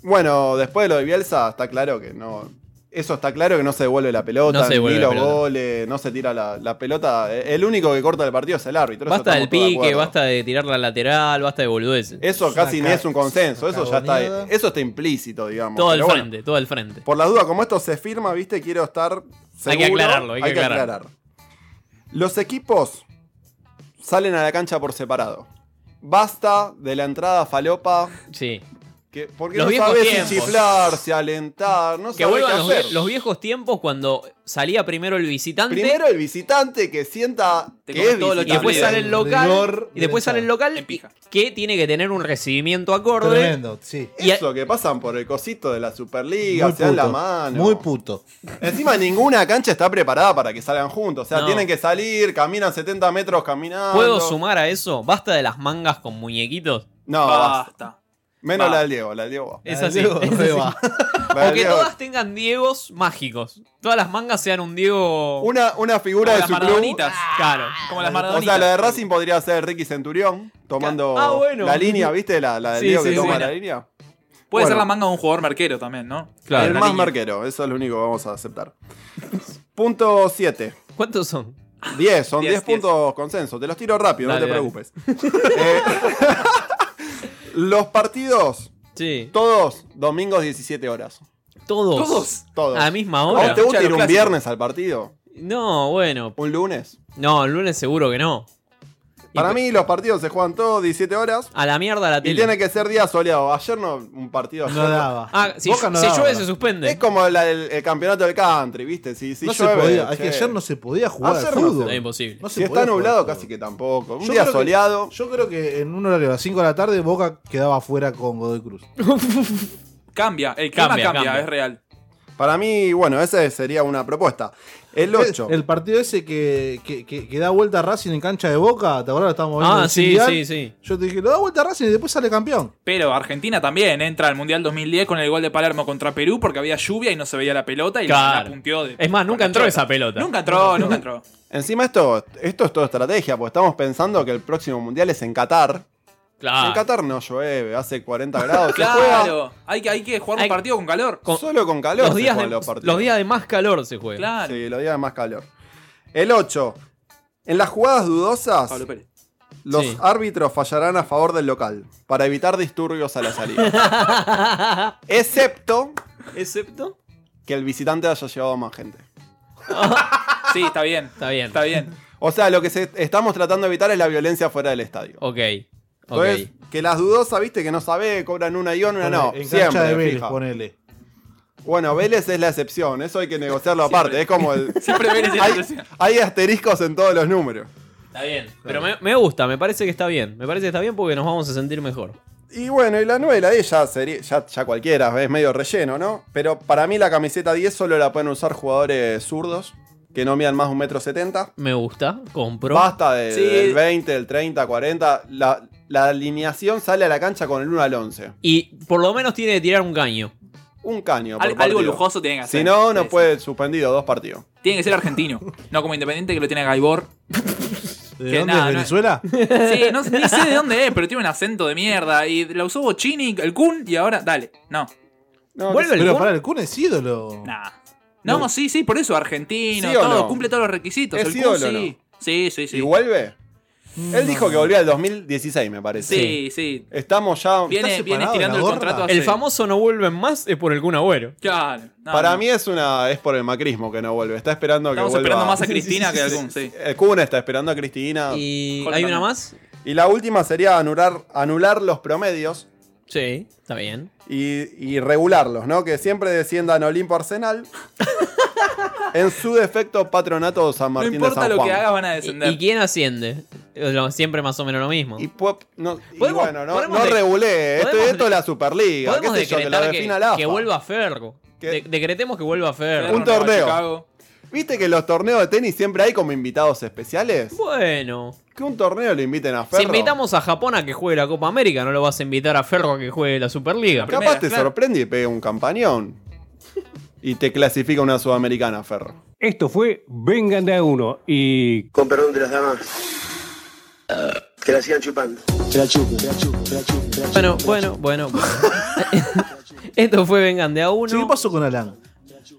Speaker 4: bueno, después de lo de Bielsa está claro que no... Eso está claro que no se devuelve la pelota,
Speaker 2: No se devuelve
Speaker 4: ni
Speaker 2: la
Speaker 4: los
Speaker 2: pelota.
Speaker 4: goles, no se tira la, la pelota. El único que corta el partido es el árbitro. eso
Speaker 2: Basta del
Speaker 4: estamos todos de
Speaker 2: pique,
Speaker 4: acuerdo.
Speaker 2: basta de tirar la lateral, basta de boludeces.
Speaker 4: Eso casi
Speaker 3: Saca-
Speaker 4: ni es un consenso, eso ya está,
Speaker 3: sacaboneada.
Speaker 4: eso está implícito, digamos.
Speaker 2: Todo al
Speaker 4: Pero bueno,
Speaker 2: frente, todo al frente.
Speaker 4: por las dudas, como esto se firma, viste, quiero estar seguro.
Speaker 2: Hay que aclararlo, hay que aclararlo.
Speaker 4: Los equipos salen a la cancha por separado. Basta de la entrada falopa,
Speaker 2: Sí.
Speaker 4: que, porque
Speaker 2: Los
Speaker 4: no
Speaker 2: viejos
Speaker 4: sabés
Speaker 2: tiempos.
Speaker 4: si chiflarse, alentar, no
Speaker 2: Que
Speaker 4: sabés qué
Speaker 2: vuelvan los,
Speaker 4: hacer.
Speaker 2: vie- los viejos tiempos cuando salía primero el visitante
Speaker 4: Primero el visitante que sienta
Speaker 6: Te
Speaker 4: que
Speaker 6: comes
Speaker 4: es
Speaker 6: todo lo
Speaker 2: y después
Speaker 6: También.
Speaker 2: sale
Speaker 4: visitante.
Speaker 2: el local
Speaker 3: Rigor
Speaker 2: y después
Speaker 3: derecha.
Speaker 2: sale el local
Speaker 6: En pija.
Speaker 2: que tiene que tener un recibimiento acorde.
Speaker 3: Tremendo, sí.
Speaker 2: Y a-
Speaker 4: Eso que pasan por el cosito de la Superliga,
Speaker 3: Muy
Speaker 4: se dan la
Speaker 3: puto.
Speaker 4: mano.
Speaker 3: Muy puto.
Speaker 4: Encima ninguna cancha está preparada para que salgan juntos. O sea,
Speaker 2: No.
Speaker 4: tienen que salir, caminan 70 metros caminando.
Speaker 2: ¿Puedo sumar a eso? Basta de las mangas con muñequitos.
Speaker 4: No, basta.
Speaker 6: Basta.
Speaker 4: menos
Speaker 6: Va.
Speaker 4: la del Diego, la del Diego.
Speaker 3: (laughs)
Speaker 4: va.
Speaker 2: Es
Speaker 3: La
Speaker 2: así.
Speaker 3: Diego
Speaker 2: es así.
Speaker 3: Reba.
Speaker 4: La
Speaker 2: O
Speaker 4: del
Speaker 2: que
Speaker 4: Diego.
Speaker 2: todas tengan Diegos mágicos. Todas las mangas sean un Diego.
Speaker 4: Una, una figura
Speaker 6: Como
Speaker 4: de
Speaker 6: las
Speaker 4: su club.
Speaker 6: maradonitas.
Speaker 2: Claro.
Speaker 6: Como
Speaker 4: O
Speaker 6: las
Speaker 4: sea,
Speaker 6: maradonitas.
Speaker 4: la de Racing podría ser Ricky Centurión, tomando
Speaker 2: Ah, bueno.
Speaker 4: la línea, ¿viste? La, la del
Speaker 2: Sí,
Speaker 4: Diego
Speaker 2: sí,
Speaker 4: que toma
Speaker 2: buena.
Speaker 4: la línea.
Speaker 6: Puede
Speaker 4: Bueno.
Speaker 6: ser la manga de un jugador marquero también, ¿no?
Speaker 4: el
Speaker 6: Una
Speaker 4: más
Speaker 6: línea.
Speaker 4: marquero, eso es lo único que vamos a aceptar. Punto 7.
Speaker 2: ¿Cuántos son?
Speaker 4: 10, son
Speaker 2: Diez,
Speaker 4: 10
Speaker 2: diez.
Speaker 4: puntos consenso. Te los tiro rápido,
Speaker 2: Dale,
Speaker 4: no te
Speaker 2: dale.
Speaker 4: preocupes. (laughs) Eh, los partidos, todos domingos 17 horas.
Speaker 2: Todos.
Speaker 4: Todos.
Speaker 2: A la misma hora.
Speaker 4: ¿A vos ¿Te gusta ir un
Speaker 2: Clásico.
Speaker 4: viernes al partido?
Speaker 2: No, bueno.
Speaker 4: ¿Un lunes?
Speaker 2: No, el lunes seguro que no. Y
Speaker 4: Para
Speaker 2: pe-
Speaker 4: mí los partidos se juegan todos 17 horas.
Speaker 2: A la mierda la
Speaker 4: Y
Speaker 2: tele.
Speaker 4: tiene que ser día soleado. Ayer no, un partido ayer
Speaker 2: No daba. Ah, si ll- si llueve se suspende.
Speaker 4: Es como la- el, el campeonato del country, ¿viste? Si, si
Speaker 3: no
Speaker 4: llueve,
Speaker 3: se podía, es
Speaker 4: che.
Speaker 3: que ayer no se podía jugar al
Speaker 4: Ayer no se-
Speaker 3: fútbol.
Speaker 4: Es
Speaker 2: imposible.
Speaker 3: No se
Speaker 4: si está
Speaker 3: podía jugar al
Speaker 4: nublado,
Speaker 3: fútbol.
Speaker 4: casi que tampoco. Un
Speaker 3: Yo
Speaker 4: día
Speaker 3: creo que-
Speaker 4: soleado.
Speaker 3: yo creo que en un horario a las 5 de la tarde Boca quedaba fuera con Godoy Cruz.
Speaker 6: Cambia, el clima
Speaker 4: Cambia,
Speaker 6: cambia,
Speaker 4: cambia.
Speaker 6: es real.
Speaker 4: Para mí, bueno, esa sería una propuesta. El 8.
Speaker 3: El partido ese que, que, que- que da vuelta a Racing en cancha de Boca, ¿te acuerdas? Lo Estábamos viendo
Speaker 6: Ah,
Speaker 3: en
Speaker 6: sí,
Speaker 3: Sirial.
Speaker 6: sí, sí.
Speaker 3: Yo te dije, lo da vuelta a Racing y después sale campeón.
Speaker 6: Pero Argentina también entra al Mundial 2010 con el gol de Palermo contra Perú porque había lluvia y no se veía la pelota y la-
Speaker 2: Claro.
Speaker 6: la punteó de.
Speaker 2: Es más, nunca entró esa pelota.
Speaker 6: Nunca entró,
Speaker 4: (laughs)
Speaker 6: nunca entró.
Speaker 4: Encima esto, esto es todo estrategia, porque estamos pensando que el próximo mundial es en Qatar.
Speaker 2: Ah.
Speaker 4: En Qatar no llueve, hace 40 grados. Se juega
Speaker 6: Claro, hay que, hay que jugar un partido con calor.
Speaker 4: solo con calor.
Speaker 2: los,
Speaker 4: se
Speaker 2: días
Speaker 4: juegan
Speaker 2: de,
Speaker 4: los partidos.
Speaker 2: los días de más calor se juega.
Speaker 6: Claro.
Speaker 4: Sí, los días de más calor. El 8. En las jugadas dudosas,
Speaker 6: Pablo Pérez.
Speaker 4: los
Speaker 2: Sí.
Speaker 4: árbitros fallarán a favor del local para evitar disturbios a la salida.
Speaker 2: (laughs)
Speaker 4: Excepto
Speaker 2: Excepto.
Speaker 4: que el visitante haya llevado más gente.
Speaker 6: Sí, está bien.
Speaker 2: Está bien.
Speaker 6: Está bien.
Speaker 4: O sea, lo que se- estamos tratando de evitar es la violencia fuera del estadio.
Speaker 2: Ok. ok.
Speaker 4: Entonces, Pues, que las dudosas, viste, que no sabe, cobran una y una, no.
Speaker 3: en
Speaker 4: siempre,
Speaker 3: cancha de Vélez,
Speaker 4: fija.
Speaker 2: Eh,
Speaker 3: ponele.
Speaker 4: Bueno, Vélez es la excepción, eso hay que negociarlo aparte. Es como el.
Speaker 6: (laughs) Siempre
Speaker 4: (laughs)
Speaker 6: Vélez es la
Speaker 4: hay,
Speaker 6: excepción.
Speaker 4: hay asteriscos en todos los números.
Speaker 2: Está bien. Pero me, me gusta, me parece que está bien. Me parece que está bien porque nos vamos a sentir mejor.
Speaker 4: Y bueno, y la novela de ella sería. Ya, ya cualquiera, es medio relleno, ¿no? Pero para mí la camiseta 10 solo la pueden usar jugadores zurdos que no midan más de un metro setenta.
Speaker 2: Me gusta, compro.
Speaker 4: Basta de-
Speaker 2: Sí.
Speaker 6: eh.
Speaker 4: del 20, del 30, 40. La, la alineación sale a la cancha con el 1 al 11.
Speaker 2: Y por lo menos tiene que tirar un caño.
Speaker 4: Un caño. por
Speaker 6: Al- algo
Speaker 4: partido.
Speaker 6: lujoso tiene que hacer.
Speaker 4: Si no,
Speaker 6: Sí,
Speaker 4: no
Speaker 6: sí.
Speaker 4: puede suspendido dos partidos.
Speaker 6: Tiene que ser argentino. No como independiente que lo tiene
Speaker 4: (laughs)
Speaker 6: a Gaibor.
Speaker 3: ¿De
Speaker 6: Que
Speaker 3: dónde?
Speaker 6: nada,
Speaker 3: ¿Es
Speaker 6: no-
Speaker 3: ¿Venezuela?
Speaker 6: Sí, no ni sé de dónde es, pero tiene un acento de mierda. Y la usó Bocini, el Kun, y ahora. Dale, no. ¿Vuelve el
Speaker 3: Pero
Speaker 6: Kun?
Speaker 3: para el Kun es ídolo.
Speaker 6: Nah. No,
Speaker 3: No.
Speaker 6: sí, sí, por eso argentino,
Speaker 3: ¿Sí o
Speaker 6: todo,
Speaker 3: no?
Speaker 6: cumple todos los requisitos.
Speaker 3: ¿Es
Speaker 6: el Kun,
Speaker 3: ídolo o
Speaker 6: sí. sí, sí, sí.
Speaker 4: ¿Y vuelve? Él dijo que volvía al 2016, me parece.
Speaker 6: Sí, sí.
Speaker 4: Estamos ya.
Speaker 6: Viene-
Speaker 4: ¿Está
Speaker 6: viene
Speaker 4: separado
Speaker 6: estirando
Speaker 4: la
Speaker 6: el
Speaker 4: gorra?
Speaker 6: contrato hace-
Speaker 2: El famoso no vuelven más es por el Kun Agüero.
Speaker 6: Claro. no,
Speaker 4: Para
Speaker 6: no.
Speaker 4: mí es una es por el macrismo que no vuelve. Está esperando que
Speaker 6: Estamos
Speaker 4: vuelva.
Speaker 6: esperando más a Cristina que al Kun, sí.
Speaker 4: El Eh, Kun está esperando a Cristina.
Speaker 2: ¿Y hay una más?
Speaker 4: Y la última sería anular, anular los promedios
Speaker 2: Sí, está bien.
Speaker 4: y, y regularlos, ¿no? Que siempre desciendan Olimpo
Speaker 6: (laughs)
Speaker 4: Arsenal. en su defecto, patronato San Martín de San Juan.
Speaker 6: van a
Speaker 2: descender. ¿Y, y quién asciende? Lo- siempre más o menos lo mismo.
Speaker 4: Y, pop, no, y
Speaker 2: Podemos-
Speaker 4: bueno, no,
Speaker 2: podemos
Speaker 4: no
Speaker 2: de-
Speaker 4: regulé. Esto,
Speaker 2: podemos
Speaker 4: esto
Speaker 2: de-
Speaker 4: es la Superliga. ¿Qué
Speaker 2: Podemos
Speaker 4: sé yo? Que la
Speaker 2: decretar que,
Speaker 4: defina la
Speaker 2: que
Speaker 4: AFA.
Speaker 2: vuelva Ferro. De- decretemos que vuelva Ferro.
Speaker 4: Un torneo. ¿Viste que los torneos de tenis siempre hay como invitados especiales?
Speaker 2: Bueno.
Speaker 4: Que un torneo lo inviten a Ferro.
Speaker 2: Si invitamos a Japón a que juegue la Copa América, no lo vas a invitar a Ferro a que juegue la Superliga.
Speaker 4: Capaz te sorprende y pega un campañón. Y te clasifica una sudamericana, Ferro.
Speaker 21: Esto fue Vengan de a uno y.
Speaker 22: Con perdón de las damas. Que la sigan chupando. Que la chupen, que la chupen, que la chupen.
Speaker 2: Bueno, bueno, bueno. bueno. (laughs) Esto fue Vengan de a uno.
Speaker 3: ¿Qué pasó con Alan?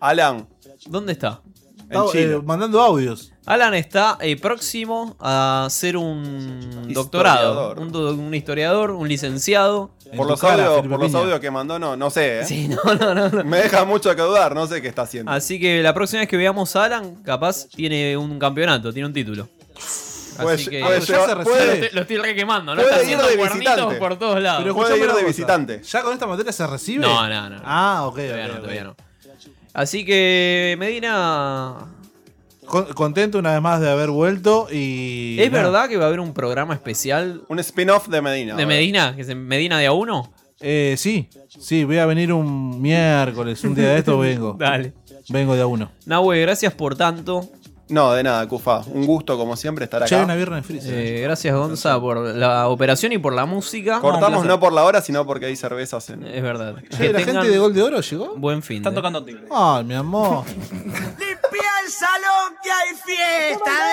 Speaker 4: Alan.
Speaker 2: ¿Dónde está?
Speaker 3: Estaba, eh, mandando audios.
Speaker 2: Alan está eh, próximo a hacer un doctorado, un, do- un historiador, un licenciado.
Speaker 4: Por los, audios, por los audios que mandó, no, no sé, ¿eh? Me deja mucho que dudar, no sé qué está haciendo.
Speaker 2: Así que la próxima vez que veamos a Alan, capaz tiene un campeonato, tiene un título.
Speaker 4: Puede
Speaker 2: Así
Speaker 4: lle-
Speaker 2: que
Speaker 4: puede llevar- puede-
Speaker 2: lo, estoy, lo estoy requemando, ¿no?
Speaker 4: puede
Speaker 2: Está
Speaker 4: ir
Speaker 2: haciendo
Speaker 4: de
Speaker 2: cuernitos
Speaker 4: visitante.
Speaker 2: por todos lados.
Speaker 3: Pero escuchame una cosa.
Speaker 4: visitante.
Speaker 3: ¿Ya con esta materia se recibe?
Speaker 2: No, no, no.
Speaker 3: Ah, ok,
Speaker 2: Todavía
Speaker 3: ok,
Speaker 2: no,
Speaker 3: ok.
Speaker 2: todavía no. Así que Medina
Speaker 3: Con- contento una vez más de haber vuelto y.
Speaker 2: ¿Es
Speaker 3: nada.
Speaker 2: verdad que va a haber un programa especial?
Speaker 4: Un spin-off de Medina.
Speaker 2: ¿De Medina? ¿Que es en Medina de a uno?
Speaker 3: Eh, sí, sí, voy a venir un miércoles, un día de esto vengo.
Speaker 2: (laughs) Dale.
Speaker 3: Vengo de a uno.
Speaker 2: Nahue, gracias por tanto.
Speaker 4: No, de nada, Cufa. Un gusto, como siempre, estar acá.
Speaker 3: Che, una birra en freezer.
Speaker 2: Eh, gracias, Gonza, por la operación y por la música.
Speaker 4: Cortamos no por la hora, sino porque hay cervezas en.
Speaker 2: Es verdad.
Speaker 3: Che, ¿La gente de Gol de Oro llegó?
Speaker 2: Buen fin. Están
Speaker 6: tocando tigre.
Speaker 3: Ay, mi amor.
Speaker 16: Limpia el salón que hay fiesta.